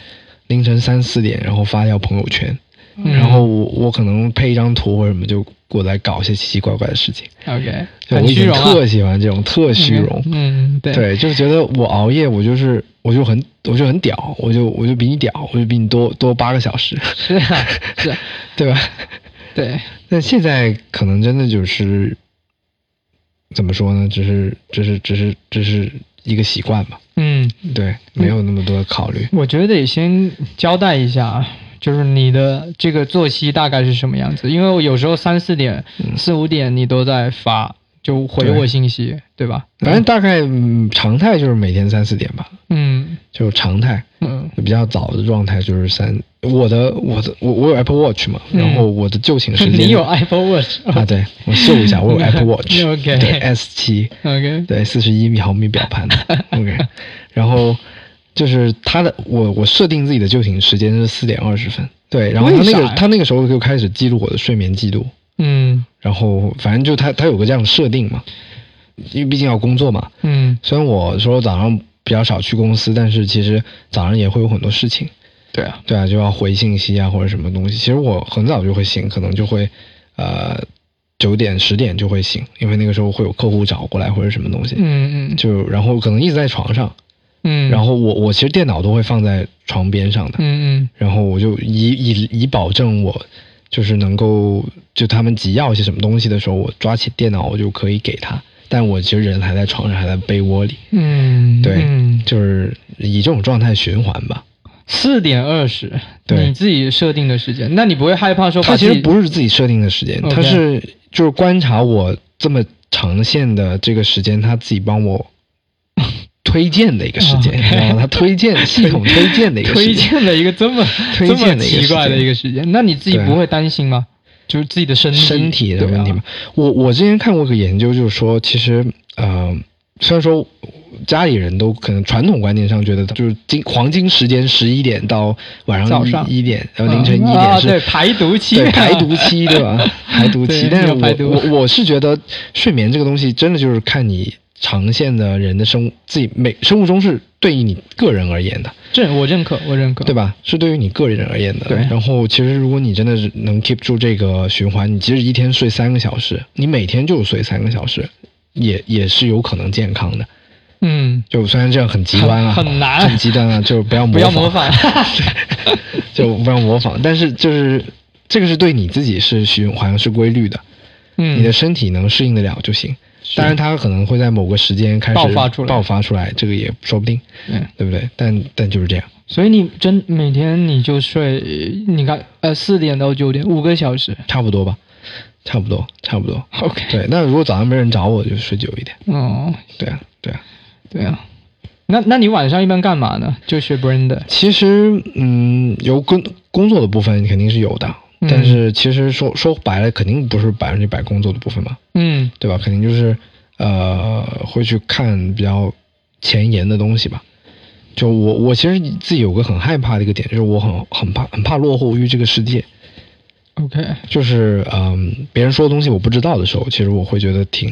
[SPEAKER 1] 凌晨三四点，然后发条朋友圈，
[SPEAKER 2] 嗯
[SPEAKER 1] 然后我我可能配一张图或者什么就过来搞一些奇奇怪怪的事情。
[SPEAKER 2] OK，
[SPEAKER 1] 就我
[SPEAKER 2] 很
[SPEAKER 1] 以
[SPEAKER 2] 虚
[SPEAKER 1] 前
[SPEAKER 2] 荣啊，
[SPEAKER 1] 特喜欢这种特虚荣，
[SPEAKER 2] 嗯，对，
[SPEAKER 1] 对，就是觉得我熬夜，我就是我就很我就很屌，我就我就比你屌，我就比你多多八个小时，
[SPEAKER 2] 是啊，是啊，
[SPEAKER 1] 对吧？
[SPEAKER 2] 对，
[SPEAKER 1] 但现在可能真的就是怎么说呢？只是只是只是只是一个习惯吧，
[SPEAKER 2] 嗯，
[SPEAKER 1] 对，没有那么多的考虑。
[SPEAKER 2] 我觉得得先交代一下啊，就是你的
[SPEAKER 1] 嗯
[SPEAKER 2] 这个作息大概是什么样子，因为我有时候三四点、四五点你都在发就回我信息，对吧？
[SPEAKER 1] 反正大概、嗯、常态就是每天三四点吧，
[SPEAKER 2] 嗯
[SPEAKER 1] 就常态
[SPEAKER 2] 嗯
[SPEAKER 1] 比较早的状态就是三。我的我的我我有 Apple Watch 嘛，
[SPEAKER 2] 嗯
[SPEAKER 1] 然后我的就寝 时间
[SPEAKER 2] 你有 Apple Watch
[SPEAKER 1] 啊？对，我秀一 下，我有 Apple Watch，
[SPEAKER 2] OK
[SPEAKER 1] 对 S 七，
[SPEAKER 2] ？OK，
[SPEAKER 1] 对，四十一毫米表盘的 ，OK。然后就是它的，我我设定自己的就寝时间是四点二十分，对。然后它
[SPEAKER 2] 为
[SPEAKER 1] 那
[SPEAKER 2] 啥
[SPEAKER 1] 个
[SPEAKER 2] 呀
[SPEAKER 1] 它那个时候就开始记录我的睡眠记录，
[SPEAKER 2] 嗯
[SPEAKER 1] 然后反正就它它有个这样的设定嘛，因为毕竟要工作嘛。
[SPEAKER 2] 嗯，
[SPEAKER 1] 虽然我说早上比较少去公司，但是其实早上也会有很多事情，
[SPEAKER 2] 对啊，
[SPEAKER 1] 对啊，就要回信息啊或者什么东西。其实我很早就会醒，可能就会呃九点十点就会醒，因为那个时候会有客户找过来或者什么东西。
[SPEAKER 2] 嗯嗯
[SPEAKER 1] 就然后可能一直在床上，
[SPEAKER 2] 嗯，
[SPEAKER 1] 然后我我其实电脑都会放在床边上的，
[SPEAKER 2] 嗯
[SPEAKER 1] 然后我就以以以保证我就是能够就他们急要一些什么东西的时候，我抓起电脑我就可以给他，但我其实人还在床上，还在被窝里，
[SPEAKER 2] 嗯嗯，
[SPEAKER 1] 对
[SPEAKER 2] 嗯
[SPEAKER 1] 就是以这种状态循环吧。
[SPEAKER 2] 四点二十，
[SPEAKER 1] 对
[SPEAKER 2] 你自己设定的时间，那你不会害怕说把
[SPEAKER 1] 它其
[SPEAKER 2] 自
[SPEAKER 1] 实
[SPEAKER 2] 己
[SPEAKER 1] 不是自己设定的时间，
[SPEAKER 2] OK
[SPEAKER 1] 它是就是观察我这么长线的这个时间，它自己帮我推荐的一个时间，
[SPEAKER 2] OK
[SPEAKER 1] 你知道吗？它推 荐系统推荐的一个时
[SPEAKER 2] 推
[SPEAKER 1] 间。
[SPEAKER 2] 荐了一个这么
[SPEAKER 1] 推
[SPEAKER 2] 这么
[SPEAKER 1] 荐的一个
[SPEAKER 2] 奇怪的一个时间，那你自己
[SPEAKER 1] 对啊
[SPEAKER 2] 不会担心吗？就是自己的身体啊
[SPEAKER 1] 身体的问题嘛
[SPEAKER 2] 吗？。
[SPEAKER 1] 我我之前看过一个研究，就是说，其实呃，虽然说家里人都可能传统观念上觉得，就是金黄金时间十一点到晚
[SPEAKER 2] 早
[SPEAKER 1] 上一
[SPEAKER 2] 上
[SPEAKER 1] 一点，然
[SPEAKER 2] 嗯
[SPEAKER 1] 后凌晨一
[SPEAKER 2] 啊
[SPEAKER 1] 点
[SPEAKER 2] 对
[SPEAKER 1] 是。
[SPEAKER 2] 排毒期，啊
[SPEAKER 1] 对排毒期，对 吧？排毒期
[SPEAKER 2] 对，
[SPEAKER 1] 但是
[SPEAKER 2] 要排毒
[SPEAKER 1] 我我我是觉得睡眠这个东西，真的就是看你长线的人的生物自己每生物钟是对于你个人而言的，
[SPEAKER 2] 这我认可，我认可，
[SPEAKER 1] 对吧？是对于你个人而言的。
[SPEAKER 2] 嗯对
[SPEAKER 1] 然后，其实如果你真的是能 keep 住这个循环，你即使一天睡三个小时，你每天就睡三个小时，也也是有可能健康的。
[SPEAKER 2] 嗯，
[SPEAKER 1] 就虽然这样很极端啊，
[SPEAKER 2] 很很难
[SPEAKER 1] 很极端啊，就不要模
[SPEAKER 2] 不要模仿，
[SPEAKER 1] 就不要模仿。但是就是这个是对你自己是循环是规律的，
[SPEAKER 2] 嗯，
[SPEAKER 1] 你的身体能适应得了就行。
[SPEAKER 2] 是
[SPEAKER 1] 当然，它可能会在某个时间开始
[SPEAKER 2] 爆发出来
[SPEAKER 1] 爆发出来，这个也说不定，
[SPEAKER 2] 嗯
[SPEAKER 1] 对不对？但但就是这样。
[SPEAKER 2] 所以你真每天你就睡，你看呃四点到九点五个小时
[SPEAKER 1] 差不多吧，差不多，差不多。
[SPEAKER 2] ，OK，
[SPEAKER 1] 对，那如果早上没人找我，就睡久一点。
[SPEAKER 2] 哦，
[SPEAKER 1] 对啊，对啊。
[SPEAKER 2] 对啊，那那你晚上一般干嘛呢？就学 Brenda，
[SPEAKER 1] 其实，嗯，有工工作的部分肯定是有的，
[SPEAKER 2] 嗯
[SPEAKER 1] 但是其实说说白了，肯定不是百分之百工作的部分嘛，
[SPEAKER 2] 嗯
[SPEAKER 1] 对吧？肯定就是呃，会去看比较前沿的东西吧。就我，我其实自己有个很害怕的一个点，就是我很很怕很怕落后于这个世界。
[SPEAKER 2] ，OK，
[SPEAKER 1] 就是嗯，别人说的东西我不知道的时候，其实我会觉得挺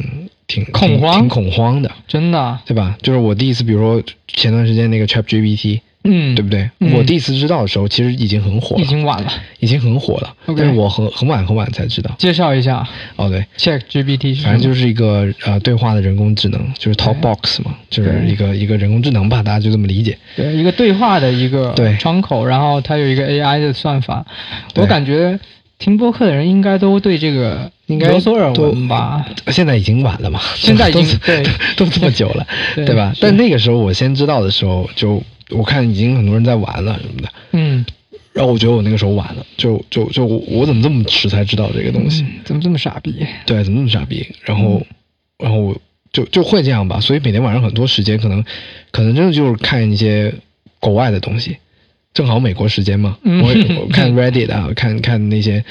[SPEAKER 1] 挺
[SPEAKER 2] 恐
[SPEAKER 1] 挺
[SPEAKER 2] 慌
[SPEAKER 1] 挺恐慌的。
[SPEAKER 2] 真的啊，
[SPEAKER 1] 对吧？就是我第一次，比如说前段时间那个 Chat GPT，、
[SPEAKER 2] 嗯，
[SPEAKER 1] 对不对？
[SPEAKER 2] 嗯
[SPEAKER 1] 我第一次知道的时候，其实已经很火了，
[SPEAKER 2] 已经晚了。
[SPEAKER 1] 已经很火了。
[SPEAKER 2] OK
[SPEAKER 1] 但是我很很晚很晚才知道。
[SPEAKER 2] 介绍一下
[SPEAKER 1] 哦，对，
[SPEAKER 2] Chat GPT 是什
[SPEAKER 1] 反
[SPEAKER 2] 么
[SPEAKER 1] 正就是一个呃对话的人工智能，就是 Talk Box 嘛，就是一个一个人工智能吧，大家就这么理解。
[SPEAKER 2] 对一个对话的一个
[SPEAKER 1] 对
[SPEAKER 2] 窗口，然后它有一个 AI 的算法。
[SPEAKER 1] 对
[SPEAKER 2] 我感觉听播客的人应该都对这个
[SPEAKER 1] 应该
[SPEAKER 2] 有所耳
[SPEAKER 1] 都
[SPEAKER 2] 闻吧？
[SPEAKER 1] 现在已经晚了嘛，
[SPEAKER 2] 现在已经
[SPEAKER 1] 都
[SPEAKER 2] 对
[SPEAKER 1] 都这么久了，
[SPEAKER 2] 对
[SPEAKER 1] 对吧
[SPEAKER 2] 是？
[SPEAKER 1] 但那个时候我先知道的时候，就我看已经很多人在玩了什么的，
[SPEAKER 2] 嗯，
[SPEAKER 1] 然后我觉得我那个时候晚了，就就就我我怎么这么迟才知道这个东西？
[SPEAKER 2] 嗯怎么这么傻逼？
[SPEAKER 1] 对，怎么那么傻逼？然后，
[SPEAKER 2] 嗯
[SPEAKER 1] 然后我就就会这样吧。所以每天晚上很多时间，可能可能真的就是看一些国外的东西。正好美国时间嘛，
[SPEAKER 2] 嗯
[SPEAKER 1] 我也我 看 Reddit 啊，看看那些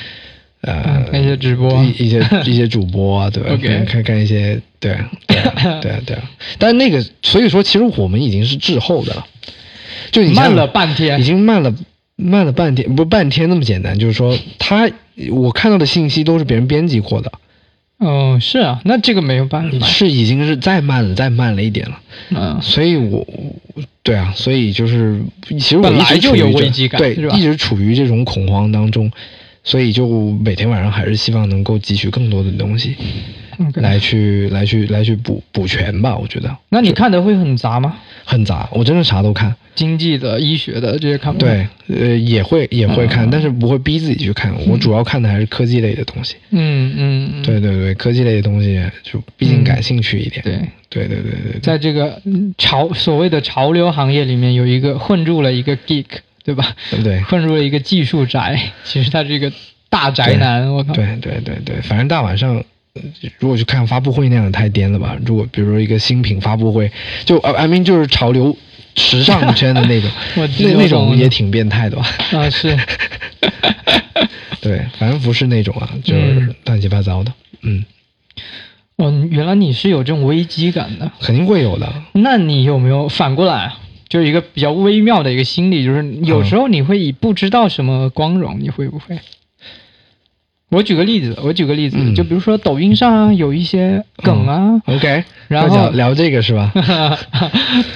[SPEAKER 1] 呃
[SPEAKER 2] 嗯看一些直播
[SPEAKER 1] 一一些一些主播啊，对吧
[SPEAKER 2] OK
[SPEAKER 1] 看看看一些对 啊对啊对啊对啊。但那个所以说，其实我们已经是滞后的了，就你像
[SPEAKER 2] 慢了半天
[SPEAKER 1] 已。经慢了慢了半天，不是半天那么简单，就是说他我看到的信息都是别人编辑过的。
[SPEAKER 2] 哦，是啊，那这个没有办法。
[SPEAKER 1] 是已经是再慢了，再慢了一点了。
[SPEAKER 2] 嗯
[SPEAKER 1] 所以我，我对啊，所以就是其实我
[SPEAKER 2] 本
[SPEAKER 1] 一
[SPEAKER 2] 来
[SPEAKER 1] 直
[SPEAKER 2] 就
[SPEAKER 1] 处于
[SPEAKER 2] 有
[SPEAKER 1] 这
[SPEAKER 2] 危机感
[SPEAKER 1] 对，
[SPEAKER 2] 是吧
[SPEAKER 1] 一直处于这种恐慌当中，所以就每天晚上还是希望能够汲取更多的东西，
[SPEAKER 2] 嗯，OK。
[SPEAKER 1] 来去来去来去补补全吧。我觉得
[SPEAKER 2] 那你看的会很杂吗？
[SPEAKER 1] 很杂，我真的啥都看，
[SPEAKER 2] 经济的、医学的这些看不懂。
[SPEAKER 1] 对，呃，也会也会看，
[SPEAKER 2] 嗯
[SPEAKER 1] 但是不会逼自己去看。我主要看的还是科技类的东西，
[SPEAKER 2] 嗯嗯，嗯
[SPEAKER 1] 对对对，科技类的东西就毕竟
[SPEAKER 2] 嗯
[SPEAKER 1] 感兴趣一点。
[SPEAKER 2] 对。
[SPEAKER 1] 对对对对对，
[SPEAKER 2] 在这个嗯潮所谓的潮流行业里面，有一个混入了一个 geek，对吧？
[SPEAKER 1] 对不对？
[SPEAKER 2] 混入了一个 技术宅，其实他是一个大宅男，我靠！，
[SPEAKER 1] 对对对对，反正大晚上呃如果去看发布会那样太颠了吧？如果比如说一个新品发布会，就 I mean 就是潮流时尚圈的那种 那
[SPEAKER 2] 我知
[SPEAKER 1] 那
[SPEAKER 2] 我
[SPEAKER 1] 种
[SPEAKER 2] 懂
[SPEAKER 1] 也挺变态的吧？
[SPEAKER 2] 啊是，
[SPEAKER 1] 对，反正不是那种啊，就是
[SPEAKER 2] 嗯
[SPEAKER 1] 乱七八糟的，嗯，
[SPEAKER 2] 嗯，原来你是有这种危机感的。
[SPEAKER 1] 肯定会有的。
[SPEAKER 2] 那你有没有反过来，啊就是一个比较微妙的一个心理，就是有时候你会以不知道什么光荣，你会不会？我举个例子，我举个例子，
[SPEAKER 1] 嗯
[SPEAKER 2] 就比如说抖音上啊有一些梗啊，
[SPEAKER 1] OK，
[SPEAKER 2] 然后
[SPEAKER 1] 要讲聊这个是 吧？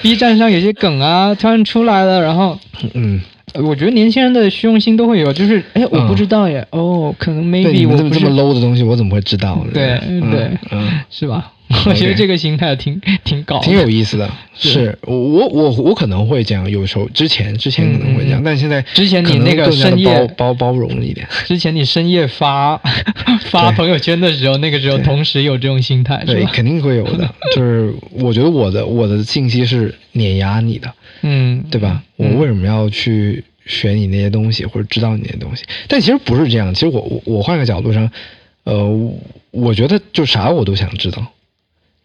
[SPEAKER 2] b 站上有些梗啊，突然出来了，然后
[SPEAKER 1] 嗯，
[SPEAKER 2] 呃我觉得年轻人的虚荣心都会有，就是哎，我
[SPEAKER 1] 嗯
[SPEAKER 2] 不知道耶，哦，可能
[SPEAKER 1] 对，你
[SPEAKER 2] maybe
[SPEAKER 1] 们
[SPEAKER 2] 我
[SPEAKER 1] 这么
[SPEAKER 2] 不
[SPEAKER 1] 这
[SPEAKER 2] 是
[SPEAKER 1] 么 low 的东西，我怎么会知道？
[SPEAKER 2] 对
[SPEAKER 1] 嗯
[SPEAKER 2] 对
[SPEAKER 1] 嗯，
[SPEAKER 2] 是吧？我觉得
[SPEAKER 1] OK
[SPEAKER 2] 这个心态挺挺搞的，
[SPEAKER 1] 挺有意思的。
[SPEAKER 2] 是
[SPEAKER 1] 是我我我我可能会这样，有时候之前之前可能会这样，
[SPEAKER 2] 嗯嗯嗯
[SPEAKER 1] 但现在
[SPEAKER 2] 之前你
[SPEAKER 1] 可能
[SPEAKER 2] 那个
[SPEAKER 1] 更加地
[SPEAKER 2] 深夜
[SPEAKER 1] 包包包容一点。
[SPEAKER 2] 之前你深夜发 发
[SPEAKER 1] 对
[SPEAKER 2] 朋友圈的时候，那个时候
[SPEAKER 1] 对
[SPEAKER 2] 同时有这种心态， 是
[SPEAKER 1] 对，
[SPEAKER 2] 吧？
[SPEAKER 1] 肯定会有 的。就是我觉得我的我的信息是碾压你的，
[SPEAKER 2] 嗯，
[SPEAKER 1] 对吧？我
[SPEAKER 2] 嗯
[SPEAKER 1] 为什么要去学你那些东西，或者知道你那些东西？但其实不是这样。其实我我我换个角度上，呃，我我觉得就啥我都想知道。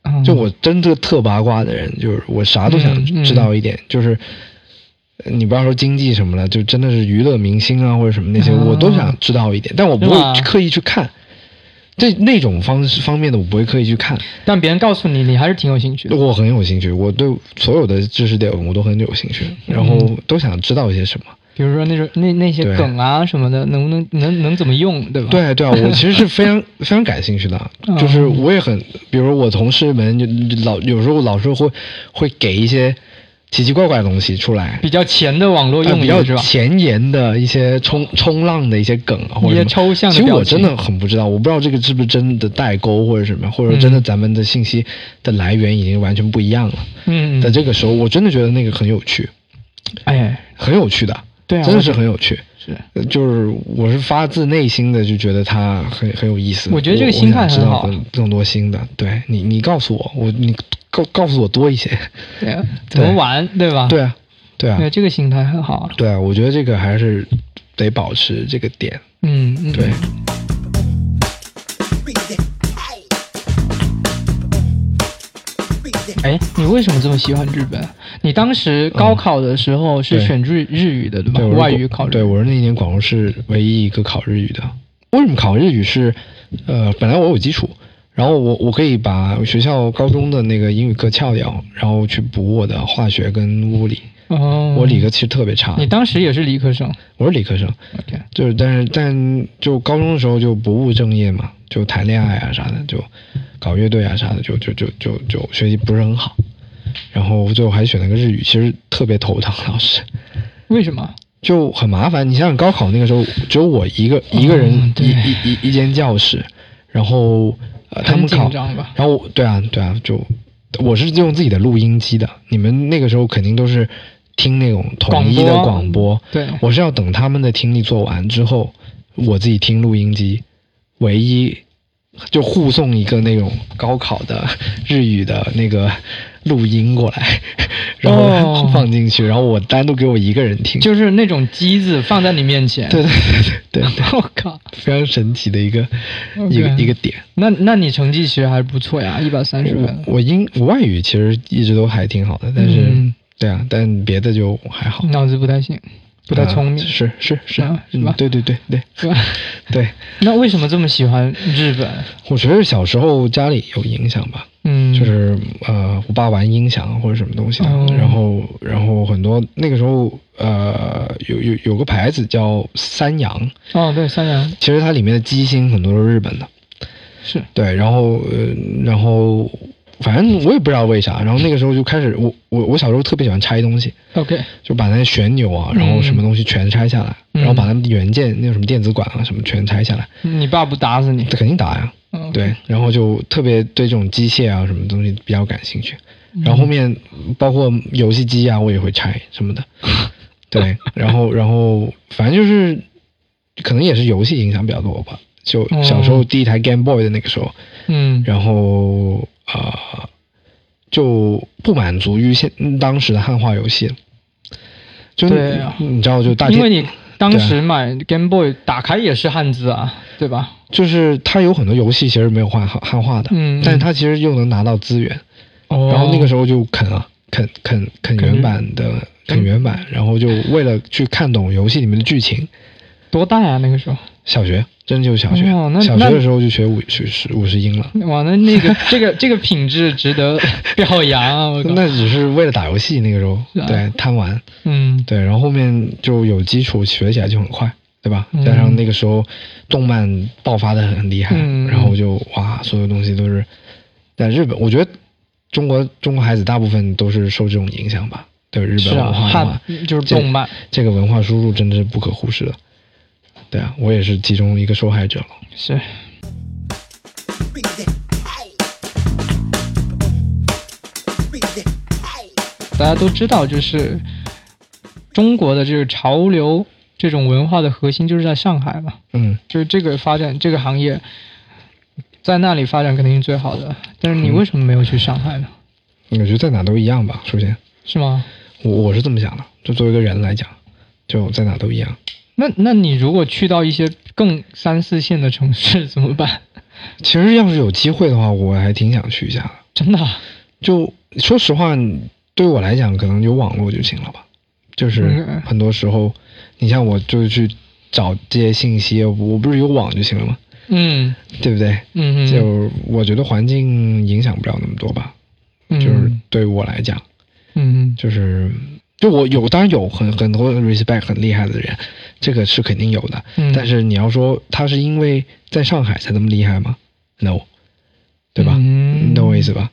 [SPEAKER 2] 嗯
[SPEAKER 1] 就我真的特八卦的人，就是我啥都想
[SPEAKER 2] 嗯嗯
[SPEAKER 1] 知道一点，就是你不要说经济什么了，就真的是娱乐明星啊或者什么那些，
[SPEAKER 2] 啊
[SPEAKER 1] 我都想知道一点，但我不
[SPEAKER 2] 是吧
[SPEAKER 1] 会刻意去看。这那种方式方面的我不会刻意去看，
[SPEAKER 2] 但别人告诉你，你还是挺有兴趣的。
[SPEAKER 1] 我很有兴趣，我对所有的知识点我都很有兴趣，然后
[SPEAKER 2] 嗯
[SPEAKER 1] 都想知道一些什么。
[SPEAKER 2] 比如说那种那那些
[SPEAKER 1] 对
[SPEAKER 2] 梗啊什么的，能不能能能怎么用，对吧？，
[SPEAKER 1] 对对啊，我其实是非常非常感兴趣 的，就是我也很，比如我同事们就老有时候老是会会给一些奇奇怪怪的东西出来，
[SPEAKER 2] 比较前的网络
[SPEAKER 1] 呃
[SPEAKER 2] 用
[SPEAKER 1] 比
[SPEAKER 2] 语
[SPEAKER 1] 较
[SPEAKER 2] 是吧？
[SPEAKER 1] 前沿的一些冲冲浪的一些梗啊，或
[SPEAKER 2] 一
[SPEAKER 1] 者什
[SPEAKER 2] 些
[SPEAKER 1] 么。
[SPEAKER 2] 抽象的
[SPEAKER 1] 其实
[SPEAKER 2] 表
[SPEAKER 1] 我
[SPEAKER 2] 情
[SPEAKER 1] 真的很不知道，我不知道这个是不是真的代沟或者什么，或者说真的
[SPEAKER 2] 嗯
[SPEAKER 1] 咱们的信息的来源已经完全不一样了。
[SPEAKER 2] 嗯，
[SPEAKER 1] 在这个时候，我真的觉得那个很有趣，
[SPEAKER 2] 哎，
[SPEAKER 1] 很有趣的，
[SPEAKER 2] 对啊，
[SPEAKER 1] 真的
[SPEAKER 2] 我
[SPEAKER 1] 是
[SPEAKER 2] 觉得
[SPEAKER 1] 很有趣。
[SPEAKER 2] 是。
[SPEAKER 1] 呃就是我是发自内心的就觉得它很很有意思。
[SPEAKER 2] 我觉得这
[SPEAKER 1] 我
[SPEAKER 2] 个心态
[SPEAKER 1] 我想
[SPEAKER 2] 很好
[SPEAKER 1] 知道更更多新的，对你你告诉我，我你告告诉我多一些。
[SPEAKER 2] 对啊，怎么
[SPEAKER 1] 对
[SPEAKER 2] 玩，对 吧？
[SPEAKER 1] 对啊，对啊，
[SPEAKER 2] 对，这个心态很好啊。
[SPEAKER 1] 对啊，我觉得这个还是得保持这个点。
[SPEAKER 2] 嗯，嗯
[SPEAKER 1] 对，
[SPEAKER 2] 哎，你为什么这么喜欢日本？你当时高考的时候是
[SPEAKER 1] 嗯对
[SPEAKER 2] 选日日语的，对吧？
[SPEAKER 1] 对，我是
[SPEAKER 2] 外语考
[SPEAKER 1] 对，我是那一年广州市唯一一个考日语的。为什么考日语是？呃，本来我有基础，然后我我可以把学校高中的那个英语课翘掉，然后去补我的化学跟物理。
[SPEAKER 2] 哦，
[SPEAKER 1] 我理科其实特别差，
[SPEAKER 2] 你当时也是理科生
[SPEAKER 1] 我是理科生，
[SPEAKER 2] ，OK，
[SPEAKER 1] 就是但是但就高中的时候就不务正业嘛，就谈恋爱啊啥的，就搞乐队啊啥的，就就就就就学习不是很好。然后最后还选了个日语，其实特别头疼，老师。
[SPEAKER 2] 为什么？
[SPEAKER 1] 就很麻烦。你想想，高考那个时候只有我一个一个人
[SPEAKER 2] 嗯对
[SPEAKER 1] 一一一一间教室，然后呃他
[SPEAKER 2] 很
[SPEAKER 1] 们
[SPEAKER 2] 嗯紧
[SPEAKER 1] 考，
[SPEAKER 2] 张吧？
[SPEAKER 1] 然后我对啊对啊，就我是用自己的录音机的，你们那个时候肯定都是听那种统一的
[SPEAKER 2] 广播
[SPEAKER 1] 广播，
[SPEAKER 2] 对，
[SPEAKER 1] 我是要等他们的听力做完之后，我自己听录音机，唯一就护送一个那种高考的日语的那个录音过来，然
[SPEAKER 2] 哦
[SPEAKER 1] 后放进去，然后我单独给我一个人听。
[SPEAKER 2] 就是那种机子放在你面前。
[SPEAKER 1] 对，对对对对，
[SPEAKER 2] 我靠，
[SPEAKER 1] 非常神奇的一个
[SPEAKER 2] OK
[SPEAKER 1] 一个一个点。
[SPEAKER 2] 那那你成绩其实还不错呀，一百三十分。
[SPEAKER 1] 我我英我外语其实一直都还挺好的，但是、
[SPEAKER 2] 嗯
[SPEAKER 1] 对啊，但别的就还好，
[SPEAKER 2] 脑子不太行，不太聪明
[SPEAKER 1] 啊，是是是、
[SPEAKER 2] 啊是
[SPEAKER 1] 嗯
[SPEAKER 2] 吧
[SPEAKER 1] 对对对对
[SPEAKER 2] 是吧？
[SPEAKER 1] 对，
[SPEAKER 2] 那为什么这么喜欢日本？
[SPEAKER 1] 我觉得小时候家里有影响吧，
[SPEAKER 2] 嗯，
[SPEAKER 1] 就是呃，我爸玩音响或者什么东西的，
[SPEAKER 2] 哦
[SPEAKER 1] 然后然后很多那个时候呃有有有个牌子叫三洋，
[SPEAKER 2] 哦，对，三洋
[SPEAKER 1] 其实它里面的机芯很多都是日本的，
[SPEAKER 2] 是
[SPEAKER 1] 对，然后呃然后反正我也不知道为啥，然后那个时候就开始我我我小时候特别喜欢拆东西，
[SPEAKER 2] OK，
[SPEAKER 1] 就把那些旋钮啊，然后什么东西全拆下来，
[SPEAKER 2] 嗯
[SPEAKER 1] 然后把他们的元件那个什么电子管啊什么全拆下来，
[SPEAKER 2] 你爸不打死你。
[SPEAKER 1] 这肯定打呀，
[SPEAKER 2] 嗯，
[SPEAKER 1] 对，然后就特别对这种机械啊什么东西比较感兴趣，然后后面包括游戏机啊，我也会拆什么的，对，然后然后反正就是可能也是游戏影响比较多吧，就小时候第一台 Game Boy 的那个时候，
[SPEAKER 2] 嗯，
[SPEAKER 1] 然后啊、呃就不满足于现当时的汉化游戏，就
[SPEAKER 2] 对啊
[SPEAKER 1] 你知道就大
[SPEAKER 2] 因
[SPEAKER 1] 电
[SPEAKER 2] 为你当时买 Game Boy 打开也是汉字啊，对吧？
[SPEAKER 1] 就是它有很多游戏其实没有汉汉化的，
[SPEAKER 2] 嗯，
[SPEAKER 1] 但是它其实又能拿到资源，
[SPEAKER 2] 哦，
[SPEAKER 1] 然后那个时候就啃啊，啃啃啃
[SPEAKER 2] 啃
[SPEAKER 1] 原版的，啃原版，然后就为了去看懂游戏里面的剧情。
[SPEAKER 2] 多大呀？那个时候，
[SPEAKER 1] 小学真的就是小学，
[SPEAKER 2] 哦那
[SPEAKER 1] 小学
[SPEAKER 2] 那
[SPEAKER 1] 的时候就学五学十五十音了，
[SPEAKER 2] 哇，那那个这个这个品质 值得表扬啊！我靠，
[SPEAKER 1] 那只是为了打游戏那个时候，
[SPEAKER 2] 是啊
[SPEAKER 1] 对贪玩，
[SPEAKER 2] 嗯，
[SPEAKER 1] 对，然后后面就有基础，学起来就很快。对吧？
[SPEAKER 2] 嗯
[SPEAKER 1] 加上那个时候，动漫爆发的很厉害，
[SPEAKER 2] 嗯
[SPEAKER 1] 然后就哇，所有东西都是在日本。我觉得中国中国孩子大部分都是受这种影响吧，对日
[SPEAKER 2] 是
[SPEAKER 1] 本
[SPEAKER 2] 啊，
[SPEAKER 1] 文化的话
[SPEAKER 2] 汉就是
[SPEAKER 1] 这
[SPEAKER 2] 动漫，
[SPEAKER 1] 这个文化输入真的是不可忽视的。对啊，我也是其中一个受害者了。
[SPEAKER 2] 是
[SPEAKER 3] Big dick, hey. Big dick, hey.
[SPEAKER 2] 大家都知道，就是中国的这个潮流这种文化的核心就是在上海嘛，
[SPEAKER 1] 嗯，
[SPEAKER 2] 就是这个发展这个行业。在那里发展肯定是最好的，但是你
[SPEAKER 1] 嗯
[SPEAKER 2] 为什么没有去上海呢？
[SPEAKER 1] 我觉得在哪都一样吧。首先，
[SPEAKER 2] 是吗？
[SPEAKER 1] 我我是这么想的，就作为一个人来讲，就在哪都一样。
[SPEAKER 2] 那那你如果去到一些更三四线的城市怎么办？
[SPEAKER 1] 其实要是有机会的话，我还挺想去一下的。
[SPEAKER 2] 真的啊，
[SPEAKER 1] 就说实话，对我来讲，可能有网络就行了吧。就是
[SPEAKER 2] 嗯
[SPEAKER 1] 很多时候，你像我就是去找这些信息，我不是有网就行了吗？
[SPEAKER 2] 嗯
[SPEAKER 1] 对不对？
[SPEAKER 2] 嗯，嗯
[SPEAKER 1] 就我觉得环境影响不了那么多吧。
[SPEAKER 2] 嗯
[SPEAKER 1] 就是对我来讲，
[SPEAKER 2] 嗯
[SPEAKER 1] 就是就我有，当然有很很多 respect 很厉害的人，这个是肯定有的。
[SPEAKER 2] 嗯，
[SPEAKER 1] 但是你要说他是因为在上海才那么厉害吗？No，对吧？
[SPEAKER 2] 嗯
[SPEAKER 1] 你懂我意思吧？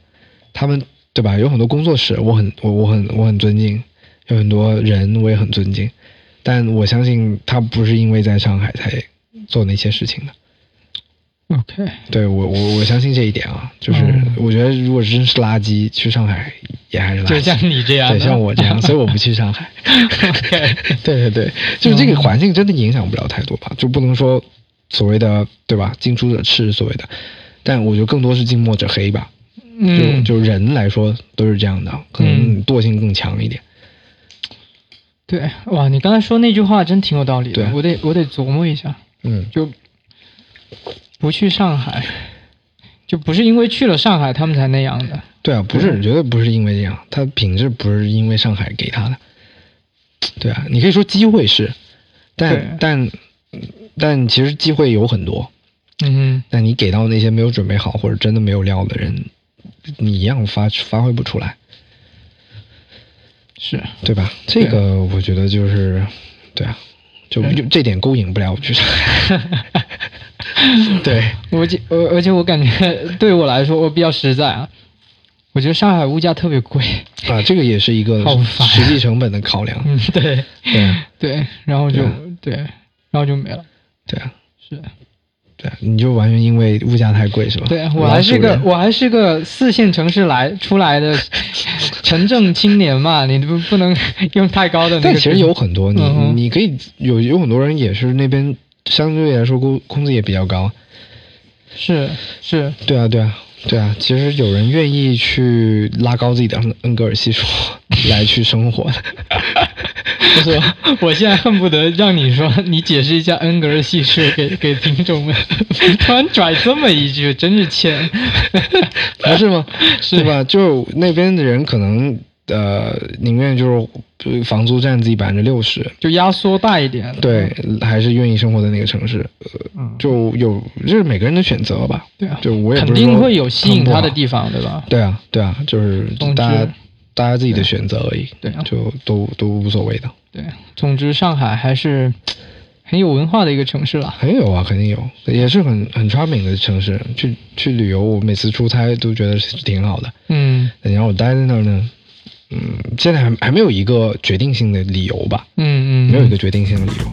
[SPEAKER 1] 他们对吧？有很多工作室，我很我我很我很尊敬，有很多人我也很尊敬，但我相信他不是因为在上海才做那些事情的。
[SPEAKER 2] OK，
[SPEAKER 1] 对我我我相信这一点啊，就是
[SPEAKER 2] 嗯
[SPEAKER 1] 我觉得如果真是垃圾，去上海也还是垃圾，
[SPEAKER 2] 就像你这样的
[SPEAKER 1] 对，像我这样，所以我不去上海。
[SPEAKER 2] OK，
[SPEAKER 1] 对对对，就是这个环境真的影响不了太多吧，就不能说所谓的对吧？近朱者赤所谓的，但我觉得更多是近墨者黑吧。就、
[SPEAKER 2] 嗯，
[SPEAKER 1] 就人来说都是这样的，可能你惰性更强一点。
[SPEAKER 2] 对，哇，你刚才说那句话真挺有道理的，
[SPEAKER 1] 对
[SPEAKER 2] 我得我得琢磨一下，
[SPEAKER 1] 嗯，
[SPEAKER 2] 就不去上海，就不是因为去了上海他们才那样的，
[SPEAKER 1] 对啊，不是，
[SPEAKER 2] 嗯
[SPEAKER 1] 绝对不是因为这样，他品质不是因为上海给他的。对啊，你可以说机会是，但
[SPEAKER 2] 对
[SPEAKER 1] 但但其实机会有很多，
[SPEAKER 2] 嗯
[SPEAKER 1] 但你给到那些没有准备好或者真的没有料的人，你一样发发挥不出来。
[SPEAKER 2] 哼，是，
[SPEAKER 1] 对吧？这个我觉得就是，对啊，就
[SPEAKER 2] 嗯
[SPEAKER 1] 就这点勾引不了我 去上海。对，
[SPEAKER 2] 我这而而且我感觉对我来说我比较实在啊，我觉得上海物价特别贵，
[SPEAKER 1] 啊，这个也是一个
[SPEAKER 2] 好烦啊
[SPEAKER 1] 实际成本的考量。
[SPEAKER 2] 嗯，对
[SPEAKER 1] 对啊，
[SPEAKER 2] 对，然后就
[SPEAKER 1] 对啊
[SPEAKER 2] 对，然后就没了，
[SPEAKER 1] 对啊，
[SPEAKER 2] 是。
[SPEAKER 1] 对啊，你就完全因为物价太贵是吧？
[SPEAKER 2] 对啊我还是
[SPEAKER 1] 老
[SPEAKER 2] 个
[SPEAKER 1] 鼠人
[SPEAKER 2] 我还是个四线城市来出 来的城镇青年嘛，你不不能 用太高的那个。
[SPEAKER 1] 但其实有，很多你
[SPEAKER 2] 嗯哼
[SPEAKER 1] 你可以有有很多人也是那边相对来说工工资也比较高。
[SPEAKER 2] 是 是，
[SPEAKER 1] 对啊，对啊，对啊，其实有人愿意去拉高自己的恩恩格尔系数来去生活 的。
[SPEAKER 2] 不是，我现在恨不得让你说，你解释一下恩格尔系数给给听众们。 突然拽这么一句，真是欠。
[SPEAKER 1] 不是吗？
[SPEAKER 2] 是
[SPEAKER 1] 对吧？就那边的人可能呃，宁愿就是呃房租占自己百分之六十，
[SPEAKER 2] 就压缩大一点。
[SPEAKER 1] 对，还是愿意生活在那个城市。呃
[SPEAKER 2] 嗯，
[SPEAKER 1] 就有就是每个人的选择吧。
[SPEAKER 2] 对啊，
[SPEAKER 1] 就我也
[SPEAKER 2] 肯
[SPEAKER 1] 不是
[SPEAKER 2] 定
[SPEAKER 1] 说
[SPEAKER 2] 会有吸引他
[SPEAKER 1] 不
[SPEAKER 2] 的
[SPEAKER 1] 好
[SPEAKER 2] 地方，对吧？
[SPEAKER 1] 对啊，对啊，就是
[SPEAKER 2] 总之
[SPEAKER 1] 大家大家自己的选择而已，
[SPEAKER 2] 对啊
[SPEAKER 1] 就都都无所谓的。
[SPEAKER 2] 对，总之上海还是很有文化的一个城市啦。
[SPEAKER 1] 很有啊，肯定有，也是很很 charming 的城市。去去旅游，我每次出差都觉得是挺好的。
[SPEAKER 2] 嗯
[SPEAKER 1] 然后我待在那儿呢，嗯，现在还还没有一个决定性的理由吧。
[SPEAKER 2] 嗯嗯，
[SPEAKER 1] 没有一个决定性的理由。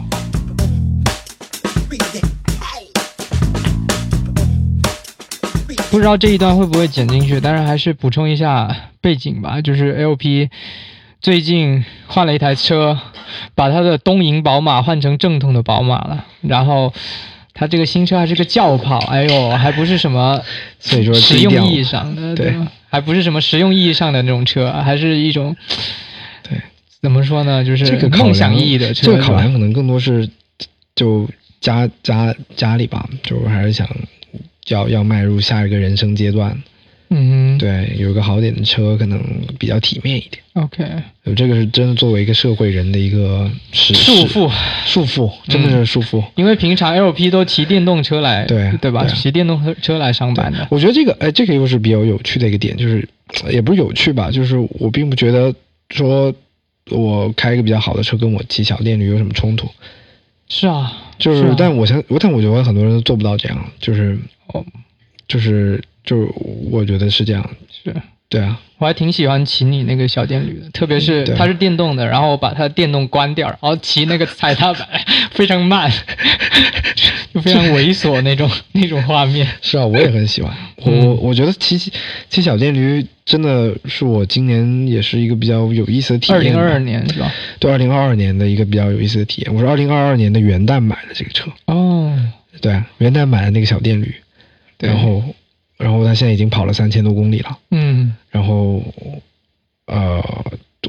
[SPEAKER 3] Big dick, hey.
[SPEAKER 2] 不知道这一段会不会剪进去，但是还是补充一下背景吧。 就是 LP 最近换了一台车，把他的东瀛宝马换成正统的宝马了。然后他这个新车还是个轿跑，哎呦，还不是什么
[SPEAKER 1] 所以说
[SPEAKER 2] 实
[SPEAKER 1] 低调
[SPEAKER 2] 用意义上的，
[SPEAKER 1] 对
[SPEAKER 2] 吧，还不是什么实用意义上的那种车，还是一种
[SPEAKER 1] 对
[SPEAKER 2] 怎么说呢，就是
[SPEAKER 1] 这个考量
[SPEAKER 2] 梦想意义的车，
[SPEAKER 1] 这个考
[SPEAKER 2] 是吧
[SPEAKER 1] 量可能更多是就家家家里吧，就我还是想要要迈入下一个人生阶段，
[SPEAKER 2] 嗯哼，
[SPEAKER 1] 对，有一个好点的车可能比较体面一点。
[SPEAKER 2] ，OK，
[SPEAKER 1] 呃这个是真的作为一个社会人的一个是
[SPEAKER 2] 束缚，
[SPEAKER 1] 束缚，真的是束缚。
[SPEAKER 2] 因为平常 LP 都骑电动车来，
[SPEAKER 1] 对
[SPEAKER 2] 对吧？
[SPEAKER 1] 对啊
[SPEAKER 2] 骑电动车车来上班的，
[SPEAKER 1] 我觉得这个，哎，这个又是比较有趣的一个点，就是呃也不是有趣吧，就是我并不觉得说我开一个比较好的车跟我骑小电驴有什么冲突，
[SPEAKER 2] 是啊，
[SPEAKER 1] 就是，
[SPEAKER 2] 啊
[SPEAKER 1] 但我相我但我觉得很多人都做不到这样，就是
[SPEAKER 2] 哦，
[SPEAKER 1] 就是就是，我觉得是这样，
[SPEAKER 2] 是。
[SPEAKER 1] 对啊，
[SPEAKER 2] 我还挺喜欢骑你那个小电驴的，特别
[SPEAKER 1] 嗯
[SPEAKER 2] 是
[SPEAKER 1] 对
[SPEAKER 2] 它是电动的，然后我把它的电动关掉，然后骑那个踩踏板，非常慢， 就非常猥琐那 种那种画面。
[SPEAKER 1] 是啊，我也很喜欢，我
[SPEAKER 2] 嗯
[SPEAKER 1] 我我觉得骑骑小电驴真的是我今年也是一个比较有意思的体
[SPEAKER 2] 二
[SPEAKER 1] 验
[SPEAKER 2] 零
[SPEAKER 1] 吧，
[SPEAKER 2] 二二年是吧？
[SPEAKER 1] 对二零二二年的一个比较有意思的体验，我是二零二二年的元旦买的这个车，
[SPEAKER 2] 哦，
[SPEAKER 1] 对啊，元旦买的那个小电驴。
[SPEAKER 2] 对，
[SPEAKER 1] 然后，然后他现在已经跑了三千多公里了。
[SPEAKER 2] 嗯
[SPEAKER 1] 然后，呃，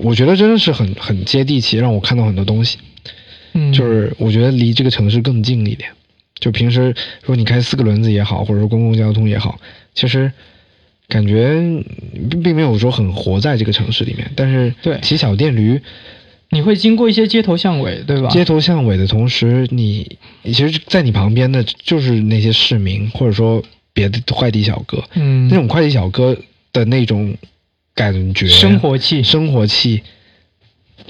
[SPEAKER 1] 我觉得真的是很很接地气，让我看到很多东西。
[SPEAKER 2] 嗯，
[SPEAKER 1] 就是我觉得离这个城市更近一点。就平时如果你开四个轮子也好，或者说公共交通也好，其实感觉并并没有说很活在这个城市里面。但是
[SPEAKER 2] 对
[SPEAKER 1] 骑小电驴，
[SPEAKER 2] 你会经过一些街头巷尾，对吧？
[SPEAKER 1] 街头巷尾的同时，你你其实，在你旁边的就是那些市民，或者说别的快递小哥。
[SPEAKER 2] 嗯，
[SPEAKER 1] 那种快递小哥的那种感觉，
[SPEAKER 2] 生活气，
[SPEAKER 1] 生活气。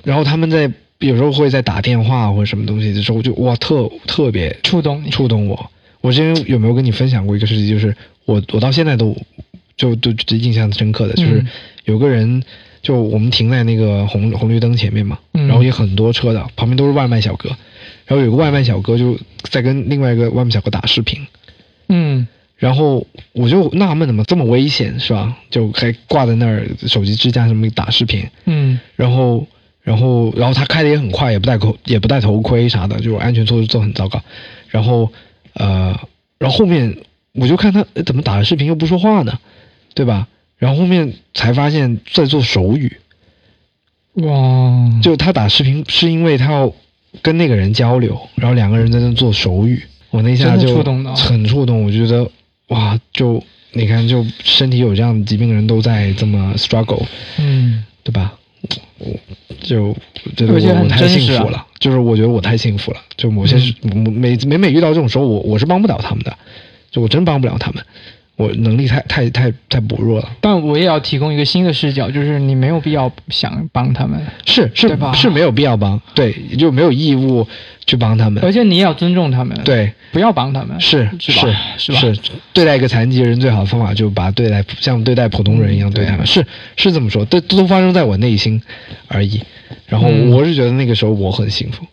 [SPEAKER 1] 然后他们在有时候会在打电话或者什么东西的时候，我就哇特特别
[SPEAKER 2] 触动你，
[SPEAKER 1] 触动我。我之前有没有跟你分享过一个事情？就是我我到现在都就都就印象深刻的，就是
[SPEAKER 2] 嗯
[SPEAKER 1] 有个人就我们停在那个红红绿灯前面嘛，
[SPEAKER 2] 嗯
[SPEAKER 1] 然后也很多车的，旁边都是外卖小哥，然后有个外卖小哥就在跟另外一个外卖小哥打视频，
[SPEAKER 2] 嗯，
[SPEAKER 1] 然后我就纳闷，怎么这么危险是吧？就还挂在那儿，手机支架上面打视频，
[SPEAKER 2] 嗯
[SPEAKER 1] 然后，然后，然后他开的也很快，也不戴口，也不戴头盔啥的，就安全措施做得很糟糕。然后，呃，然后后面我就看他呃怎么打着视频又不说话呢，对吧？然后后面才发现在做手语，
[SPEAKER 2] 哇，
[SPEAKER 1] 就他打视频是因为他要跟那个人交流，然后两个人在那做手语，我那下
[SPEAKER 2] 真的
[SPEAKER 1] 就
[SPEAKER 2] 触动到
[SPEAKER 1] 很触动，我觉得哇，就你看，就身体有这样的疾病的人都在这么 struggle，
[SPEAKER 2] 嗯，
[SPEAKER 1] 对吧？我就觉得
[SPEAKER 2] 我觉得
[SPEAKER 1] 我
[SPEAKER 2] 很
[SPEAKER 1] 我太
[SPEAKER 2] 真实
[SPEAKER 1] 幸福
[SPEAKER 2] 啊
[SPEAKER 1] 了，就是我觉得我太幸福了，就某些
[SPEAKER 2] 嗯
[SPEAKER 1] 事、我每每每遇到这种时候，我我是帮不了他们的，就我真帮不了他们，我能力太太太太薄弱了。
[SPEAKER 2] 但我也要提供一个新的视角，就是你没有必要想帮他们，
[SPEAKER 1] 是是
[SPEAKER 2] 对吧
[SPEAKER 1] 是没有必要帮，对，就没有义务去帮他们
[SPEAKER 2] 而。且你也要尊重他们，，
[SPEAKER 1] 对，
[SPEAKER 2] 不要帮他们，
[SPEAKER 1] 是
[SPEAKER 2] 是
[SPEAKER 1] 是
[SPEAKER 2] 吧是吧
[SPEAKER 1] 对待一个残疾人最好的方法，就把他对待像嗯对待普通人一样对待他们，
[SPEAKER 2] 嗯
[SPEAKER 1] 是是这么说，都都发生在我内心而已。然后
[SPEAKER 2] 嗯
[SPEAKER 1] 我是觉得那个时候我很幸福，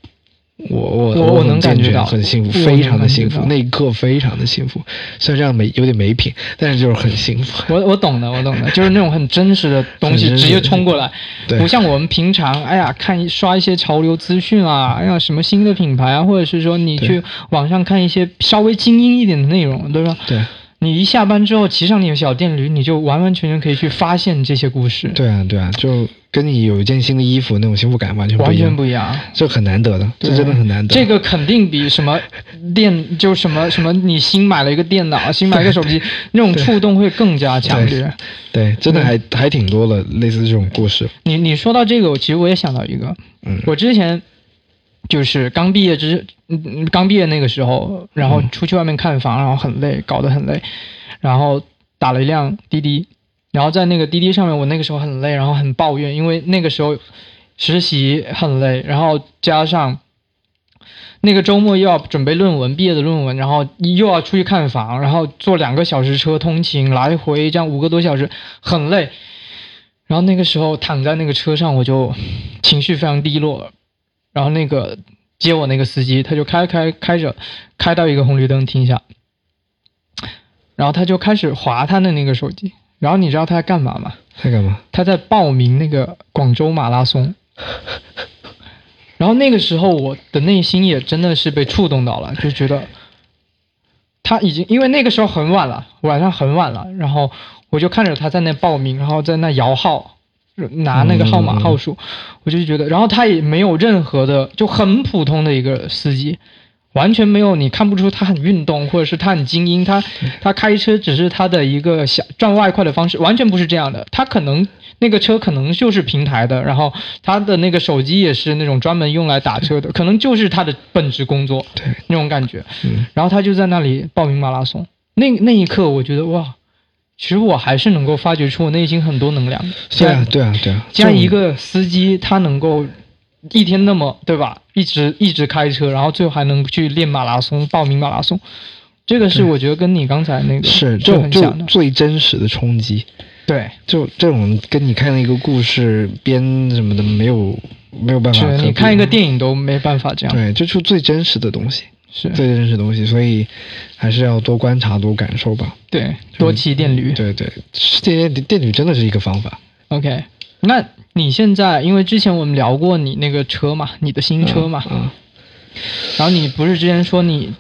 [SPEAKER 1] 我我
[SPEAKER 2] 我我
[SPEAKER 1] 很
[SPEAKER 2] 能
[SPEAKER 1] 健
[SPEAKER 2] 感觉
[SPEAKER 1] 全
[SPEAKER 2] 到
[SPEAKER 1] 很幸福，
[SPEAKER 2] 我
[SPEAKER 1] 非
[SPEAKER 2] 能
[SPEAKER 1] 常的
[SPEAKER 2] 感觉
[SPEAKER 1] 幸福
[SPEAKER 2] 到，
[SPEAKER 1] 那一刻非常的幸福。虽然这样没有点没品，但是就是很幸福。
[SPEAKER 2] 我我懂的，我懂 的，就是那种很真实的东西
[SPEAKER 1] 很真实
[SPEAKER 2] 直接冲过来，
[SPEAKER 1] 对
[SPEAKER 2] 不像我们平常，哎呀，看一刷一些潮流资讯啊，哎呀，什么新的品牌啊，或者是说你
[SPEAKER 1] 对
[SPEAKER 2] 去网上看一些稍微精英一点的内容，对吧？
[SPEAKER 1] 对
[SPEAKER 2] 你一下班之后骑上你的小电驴，你就完完全全可以去发现这些故事，，
[SPEAKER 1] 对啊对啊，就跟你有一件新的衣服那种幸福感完全不
[SPEAKER 2] 完
[SPEAKER 1] 一
[SPEAKER 2] 全
[SPEAKER 1] 样，
[SPEAKER 2] 不一样。
[SPEAKER 1] 这很难得的，这
[SPEAKER 2] 对
[SPEAKER 1] 真的很难得。
[SPEAKER 2] 这个肯定比什么电就什么什么你新买了一个电脑，新买了一个手机，那种触动会更加强烈。
[SPEAKER 1] 对，真的还还挺多的类似这种故事。
[SPEAKER 2] 你你说到这个，我其实我也想到一个，
[SPEAKER 1] 嗯，
[SPEAKER 2] 我之前就是刚毕业之，嗯嗯刚毕业那个时候，然后出去外面看房，然后很累，搞得很累，然后打了一辆滴滴，然后在那个滴滴上面，我那个时候很累，然后很抱怨，因为那个时候实习很累，然后加上。那个周末又要准备论文，毕业的论文，然后又要出去看房，然后坐两个小时车通勤来回，这样五个多小时，很累。然后那个时候躺在那个车上，我就 情绪非常低落了。然后那个接我那个司机，他就开开开着，开到一个红绿灯停下，然后他就开始划他的那个手机。然后你知道他在干嘛吗？
[SPEAKER 1] 在干嘛？
[SPEAKER 2] 他在报名那个广州马拉松。然后那个时候，我的内心也真的是被触动到了，就觉得他已经因为那个时候很晚了，晚上很晚了，然后我就看着他在那报名，然后在那摇号，拿那个号码
[SPEAKER 1] 嗯
[SPEAKER 2] 号数，我就觉得，然后他也没有任何的，就很普通的一个司机，完全没有，你看不出他很运动，或者是他很精英，他他开车只是他的一个想赚外快的方式，完全不是这样的。他可能那个车可能就是平台的，然后他的那个手机也是那种专门用来打车的，可能就是他的本职工作
[SPEAKER 1] 对，
[SPEAKER 2] 那种感觉。
[SPEAKER 1] 嗯，
[SPEAKER 2] 然后他就在那里报名马拉松，那那一刻我觉得哇，其实我还是能够发掘出我内心很多能量的。
[SPEAKER 1] 对啊，对啊，对啊，
[SPEAKER 2] 这样
[SPEAKER 1] 就
[SPEAKER 2] 一个司机，他能够一天那么对吧，一直一直开车，然后最后还能去练马拉松，报名马拉松，这个是我觉得跟你刚才那个
[SPEAKER 1] 是这
[SPEAKER 2] 就
[SPEAKER 1] 种
[SPEAKER 2] 很
[SPEAKER 1] 就
[SPEAKER 2] 像的，
[SPEAKER 1] 最真实的冲击，
[SPEAKER 2] 对，
[SPEAKER 1] 就这种跟你看一个故事编什么的没有没有办法可
[SPEAKER 2] 是
[SPEAKER 1] 比，嗯
[SPEAKER 2] 你看一个电影都没办法这样，
[SPEAKER 1] 对，这就是最真实的东西，
[SPEAKER 2] 是
[SPEAKER 1] 最真实的东西，所以还是要多观察多感受吧。
[SPEAKER 2] 对，多骑电驴
[SPEAKER 1] 对对，电电驴真的是一个方法。
[SPEAKER 2] ，OK，那你现在因为之前我们聊过你那个车嘛，你的新车嘛，
[SPEAKER 1] 嗯，
[SPEAKER 2] 然后你不是之前说你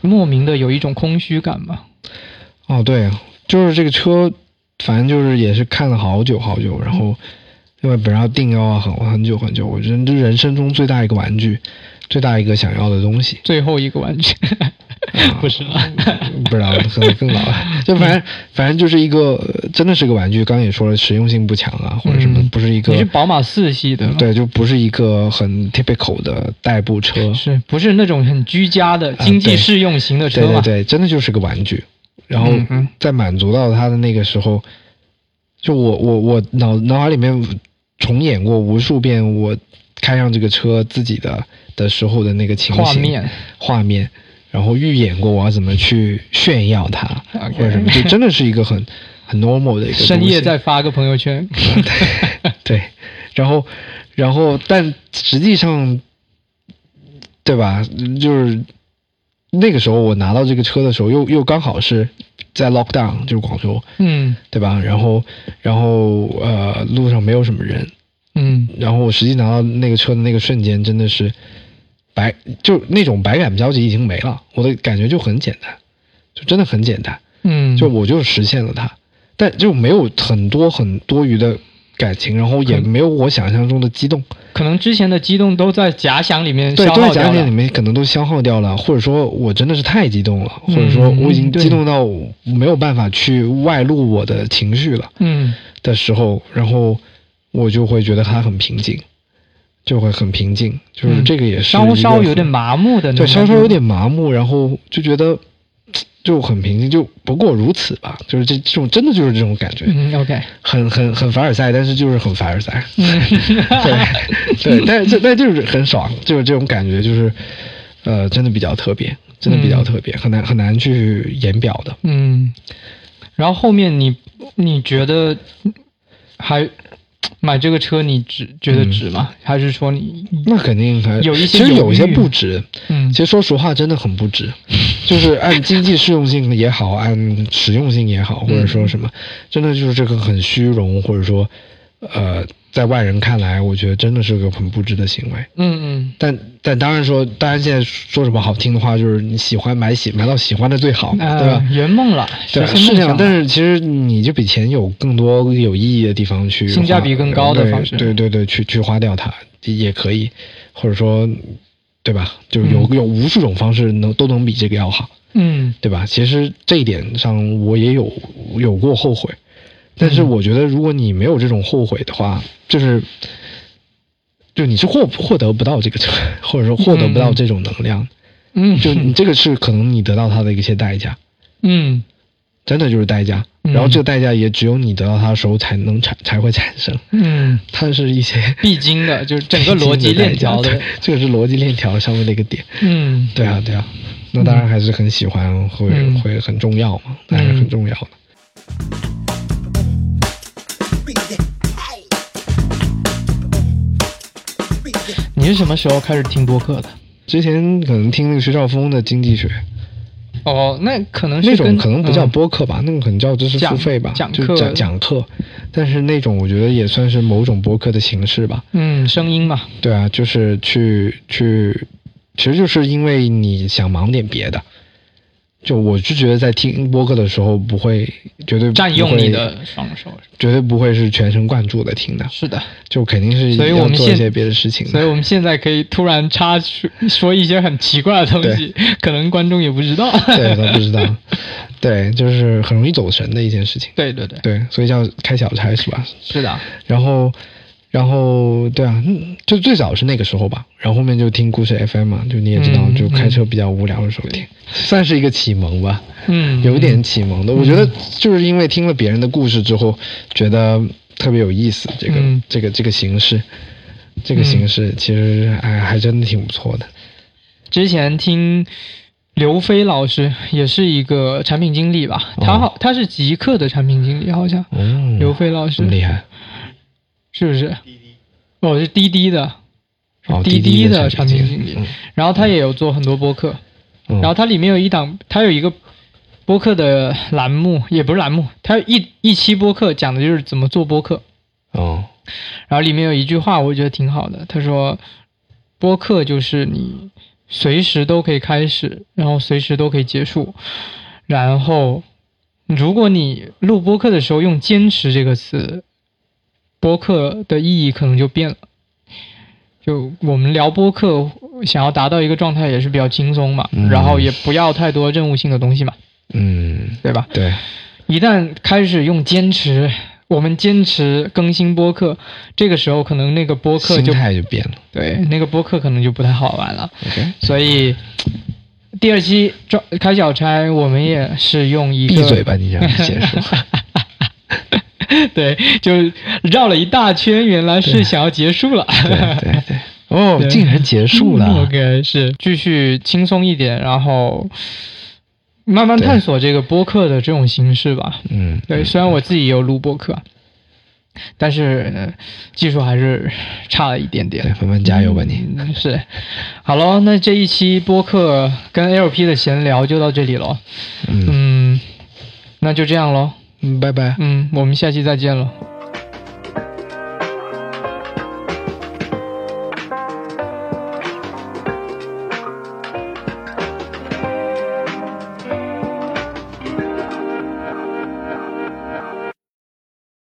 [SPEAKER 2] 莫名的有一种空虚感吗？
[SPEAKER 1] 嗯哦对，就是这个车，反正就是也是看了好久好久，然后因为本来要定要很很久很久，我觉得这人生中最大一个玩具，最大一个想要的东 西。
[SPEAKER 2] 最后一个玩具，
[SPEAKER 1] 嗯
[SPEAKER 2] 不是了，
[SPEAKER 1] 不知道，可能更老了。就反正反正就是一个，呃真的是个玩具。刚刚也说了，实用性不强啊，或者什么，
[SPEAKER 2] 嗯
[SPEAKER 1] 不是一个
[SPEAKER 2] 你是宝马四系的吗？
[SPEAKER 1] 对，就不是一个很 typical 的代步车。
[SPEAKER 2] 是不是那种很居家的
[SPEAKER 1] 啊
[SPEAKER 2] 经济
[SPEAKER 1] 对
[SPEAKER 2] 适用型的
[SPEAKER 1] 对
[SPEAKER 2] 车
[SPEAKER 1] 对
[SPEAKER 2] 嘛？
[SPEAKER 1] 对，真的就是个玩具。然后
[SPEAKER 2] 嗯哼
[SPEAKER 1] 在满足到他的那个时候，就我我我脑脑海里面重演过无数遍我开上这个车自己的的时候的那个情形
[SPEAKER 2] 画面
[SPEAKER 1] 画面，然后预演过我要怎么去炫耀它
[SPEAKER 2] OK
[SPEAKER 1] 或者什么，就真的是一个很很 normal 的一个东西
[SPEAKER 2] 深夜再发个朋友 圈，
[SPEAKER 1] 对，然后，然后，但实际上，对吧？就是那个时候我拿到这个车的时候，又又刚好是在 lockdown，就是广州，
[SPEAKER 2] 嗯
[SPEAKER 1] 对吧？然后，然后呃，路上没有什么人，
[SPEAKER 2] 嗯，
[SPEAKER 1] 然后我实际拿到那个车的那个瞬间，真的是百，就那种百感交集已经没了，我的感觉就很简单，就真的很简单。
[SPEAKER 2] 嗯，
[SPEAKER 1] 就我就实现了它，但就没有很多很多余的感情，然后也
[SPEAKER 2] 很
[SPEAKER 1] 没有我想象中的激动，
[SPEAKER 2] 可能之前的激动都在假想里面
[SPEAKER 1] 对，
[SPEAKER 2] 嗯消
[SPEAKER 1] 都在
[SPEAKER 2] 耗
[SPEAKER 1] 假
[SPEAKER 2] 掉
[SPEAKER 1] 想里
[SPEAKER 2] 了。
[SPEAKER 1] 面可能都消耗掉了，或者说我真的是太激动了，或者说
[SPEAKER 2] 嗯
[SPEAKER 1] 我已经
[SPEAKER 2] 对
[SPEAKER 1] 激动到没有办法去外露我的情绪了
[SPEAKER 2] 嗯，
[SPEAKER 1] 的时候，然后我就会觉得它很平静，就会很平静，就是
[SPEAKER 2] 嗯
[SPEAKER 1] 这个也是
[SPEAKER 2] 稍
[SPEAKER 1] 一
[SPEAKER 2] 稍
[SPEAKER 1] 个
[SPEAKER 2] 有
[SPEAKER 1] 很
[SPEAKER 2] 点麻木的那种
[SPEAKER 1] 对，
[SPEAKER 2] 感觉，
[SPEAKER 1] 稍稍有点麻木，然后就觉得就很平静，就不过如此吧，就是这这种真的就是这种感觉。
[SPEAKER 2] 嗯，OK，
[SPEAKER 1] 很很很凡尔赛，但是就是很凡尔赛，
[SPEAKER 2] 嗯
[SPEAKER 1] 对对，但是这但就是很爽，就是这种感觉，就是呃，真的比较特别，真的比较特别，很难很难去言表的。
[SPEAKER 2] 嗯，然后后面你你觉得还买这个车，你值觉得值吗？还是说你
[SPEAKER 1] 嗯那肯定还
[SPEAKER 2] 有一些
[SPEAKER 1] 其实有
[SPEAKER 2] 犹豫
[SPEAKER 1] 些不值，
[SPEAKER 2] 嗯
[SPEAKER 1] 其实说实话真的很不值，就是按经济适用性也好，按实用性也好，或者说什么，
[SPEAKER 2] 嗯
[SPEAKER 1] 真的就是这个很虚荣，或者说呃，在外人看来，我觉得真的是个很不值的行为。
[SPEAKER 2] 嗯
[SPEAKER 1] 但但当然说，当然现在说什么好听的话，就是你喜欢买喜买到喜欢的最好
[SPEAKER 2] 嗯，
[SPEAKER 1] 嘛，对吧？
[SPEAKER 2] 呃圆梦了，
[SPEAKER 1] 对，
[SPEAKER 2] 实现
[SPEAKER 1] 是这
[SPEAKER 2] 梦
[SPEAKER 1] 样
[SPEAKER 2] 想了，，
[SPEAKER 1] 但是其实你就比钱有更多有意义的地方去花，
[SPEAKER 2] 性价比更高的
[SPEAKER 1] 对
[SPEAKER 2] 方式
[SPEAKER 1] 对对对，去去花掉它也可以，或者说，对吧？就是有、有无数种方式能都能比这个要好，
[SPEAKER 2] 嗯
[SPEAKER 1] 对吧？其实这一点上我也有有过后悔，但是
[SPEAKER 2] 嗯
[SPEAKER 1] 我觉得如果你没有这种后悔的话，就是就你是获获得不到这个 车，或者说获得不到这种能量，
[SPEAKER 2] 嗯，
[SPEAKER 1] 就你这个是可能你得到它的一些代价。
[SPEAKER 2] 嗯。
[SPEAKER 1] 真的就是代价，
[SPEAKER 2] 嗯
[SPEAKER 1] 然后这个代价也只有你得到它的时候才能产才会产生，
[SPEAKER 2] 嗯，
[SPEAKER 1] 它是一些
[SPEAKER 2] 必经的，就是 整个逻辑链条
[SPEAKER 1] 的代
[SPEAKER 2] 的
[SPEAKER 1] 价，。对 这个是逻辑链条上面的一个点。
[SPEAKER 2] 嗯，
[SPEAKER 1] 对啊，对啊，那当然还是很喜欢，会
[SPEAKER 2] 嗯
[SPEAKER 1] 会很重要嘛，当然很重要的。
[SPEAKER 2] 你是什么时候开始听播客的？
[SPEAKER 1] 之前可能听那个薛兆丰的经济学，
[SPEAKER 2] 哦，那可能是
[SPEAKER 1] 那种
[SPEAKER 2] 跟
[SPEAKER 1] 可能不叫
[SPEAKER 2] 啊嗯
[SPEAKER 1] 播客吧，那种可能叫知识付费吧，
[SPEAKER 2] 讲
[SPEAKER 1] 就
[SPEAKER 2] 讲课
[SPEAKER 1] 讲讲课，但是那种我觉得也算是某种播客的形式吧。
[SPEAKER 2] 嗯声音嘛，
[SPEAKER 1] 对啊，就是去去，其实就是因为你想忙点别的，就我是觉得在听播客的时候不会绝对不
[SPEAKER 2] 占用你
[SPEAKER 1] 会
[SPEAKER 2] 的双手。
[SPEAKER 1] 绝对不会是全神贯注的听的，
[SPEAKER 2] 是的，
[SPEAKER 1] 就肯定是
[SPEAKER 2] 所以我
[SPEAKER 1] 要
[SPEAKER 2] 们
[SPEAKER 1] 做
[SPEAKER 2] 现
[SPEAKER 1] 一些别的事情的。
[SPEAKER 2] 所以我们现在可以突然插出说一些很奇怪的东西， 可能观众也不知道。
[SPEAKER 1] 对，都不知道，对，就是很容易走神的一件事情。
[SPEAKER 2] 对对对，
[SPEAKER 1] 对，所以叫开小差是吧？
[SPEAKER 2] 是的，
[SPEAKER 1] 然后，然后对啊，嗯就最早是那个时候吧，然后后面就听故事 FM 嘛，就你也知道，
[SPEAKER 2] 嗯
[SPEAKER 1] 就开车比较无聊的时候听，算是一个启蒙吧，
[SPEAKER 2] 嗯，
[SPEAKER 1] 有一点启蒙的。我觉得就是因为听了别人的故事之后，觉得特别有意思，这个、
[SPEAKER 2] 嗯
[SPEAKER 1] 这个这个形式，这个
[SPEAKER 2] 嗯
[SPEAKER 1] 形式其实还还真的挺不错的。
[SPEAKER 2] 之前听刘飞老师也是一个产品经理吧，他好他是极客的产品经理，好像
[SPEAKER 1] 嗯，
[SPEAKER 2] 刘飞老
[SPEAKER 1] 这
[SPEAKER 2] 师
[SPEAKER 1] 么厉害，
[SPEAKER 2] 是不是？哦，是滴滴的，
[SPEAKER 1] 哦，
[SPEAKER 2] 滴
[SPEAKER 1] 滴
[SPEAKER 2] 滴
[SPEAKER 1] 的
[SPEAKER 2] 的产品经理
[SPEAKER 1] 嗯，
[SPEAKER 2] 然后他也有做很多播客，
[SPEAKER 1] 嗯
[SPEAKER 2] 然后它里面有一档，它有一个播客的栏目，也不是栏目，它有一一期播客讲的就是怎么做播客。
[SPEAKER 1] 哦，
[SPEAKER 2] 然后里面有一句话，我觉得挺好的，他说，播客就是你随时都可以开始，然后随时都可以结束，然后如果你录播客的时候用“坚持”这个词，播客的意义可能就变了。就我们聊播客，想要达到一个状态也是比较轻松嘛，
[SPEAKER 1] 嗯
[SPEAKER 2] 然后也不要太多任务性的东西嘛，
[SPEAKER 1] 嗯，
[SPEAKER 2] 对吧？
[SPEAKER 1] 对，
[SPEAKER 2] 一旦开始用坚持，我们坚持更新播客，这个时候可能那个播客
[SPEAKER 1] 心
[SPEAKER 2] 就
[SPEAKER 1] 态就变了。
[SPEAKER 2] 对那个播客可能就不太好玩了。
[SPEAKER 1] OK，
[SPEAKER 2] 所以第二期抓开小差，我们也是用一
[SPEAKER 1] 闭
[SPEAKER 2] 个
[SPEAKER 1] 嘴吧，你这样结束。
[SPEAKER 2] 对，就绕了一大圈，原来是想要结束了。
[SPEAKER 1] 对对对，哦
[SPEAKER 2] 对，
[SPEAKER 1] 竟然结束
[SPEAKER 2] 嗯
[SPEAKER 1] 了。
[SPEAKER 2] OK，是继续轻松一点，然后慢慢
[SPEAKER 1] 对
[SPEAKER 2] 探索这个播客的这种形式吧。
[SPEAKER 1] 嗯，
[SPEAKER 2] 对，虽然我自己也有录播课，但是、呃技术还是差了一点
[SPEAKER 1] 对，
[SPEAKER 2] 点。
[SPEAKER 1] 凡凡加油吧你。
[SPEAKER 2] 嗯，是，好喽，那这一期播客跟 LP 的闲聊就到这里喽。
[SPEAKER 1] 嗯
[SPEAKER 2] 嗯，那就这样喽。
[SPEAKER 1] 嗯，拜拜。
[SPEAKER 2] 嗯，我们下期再见喽。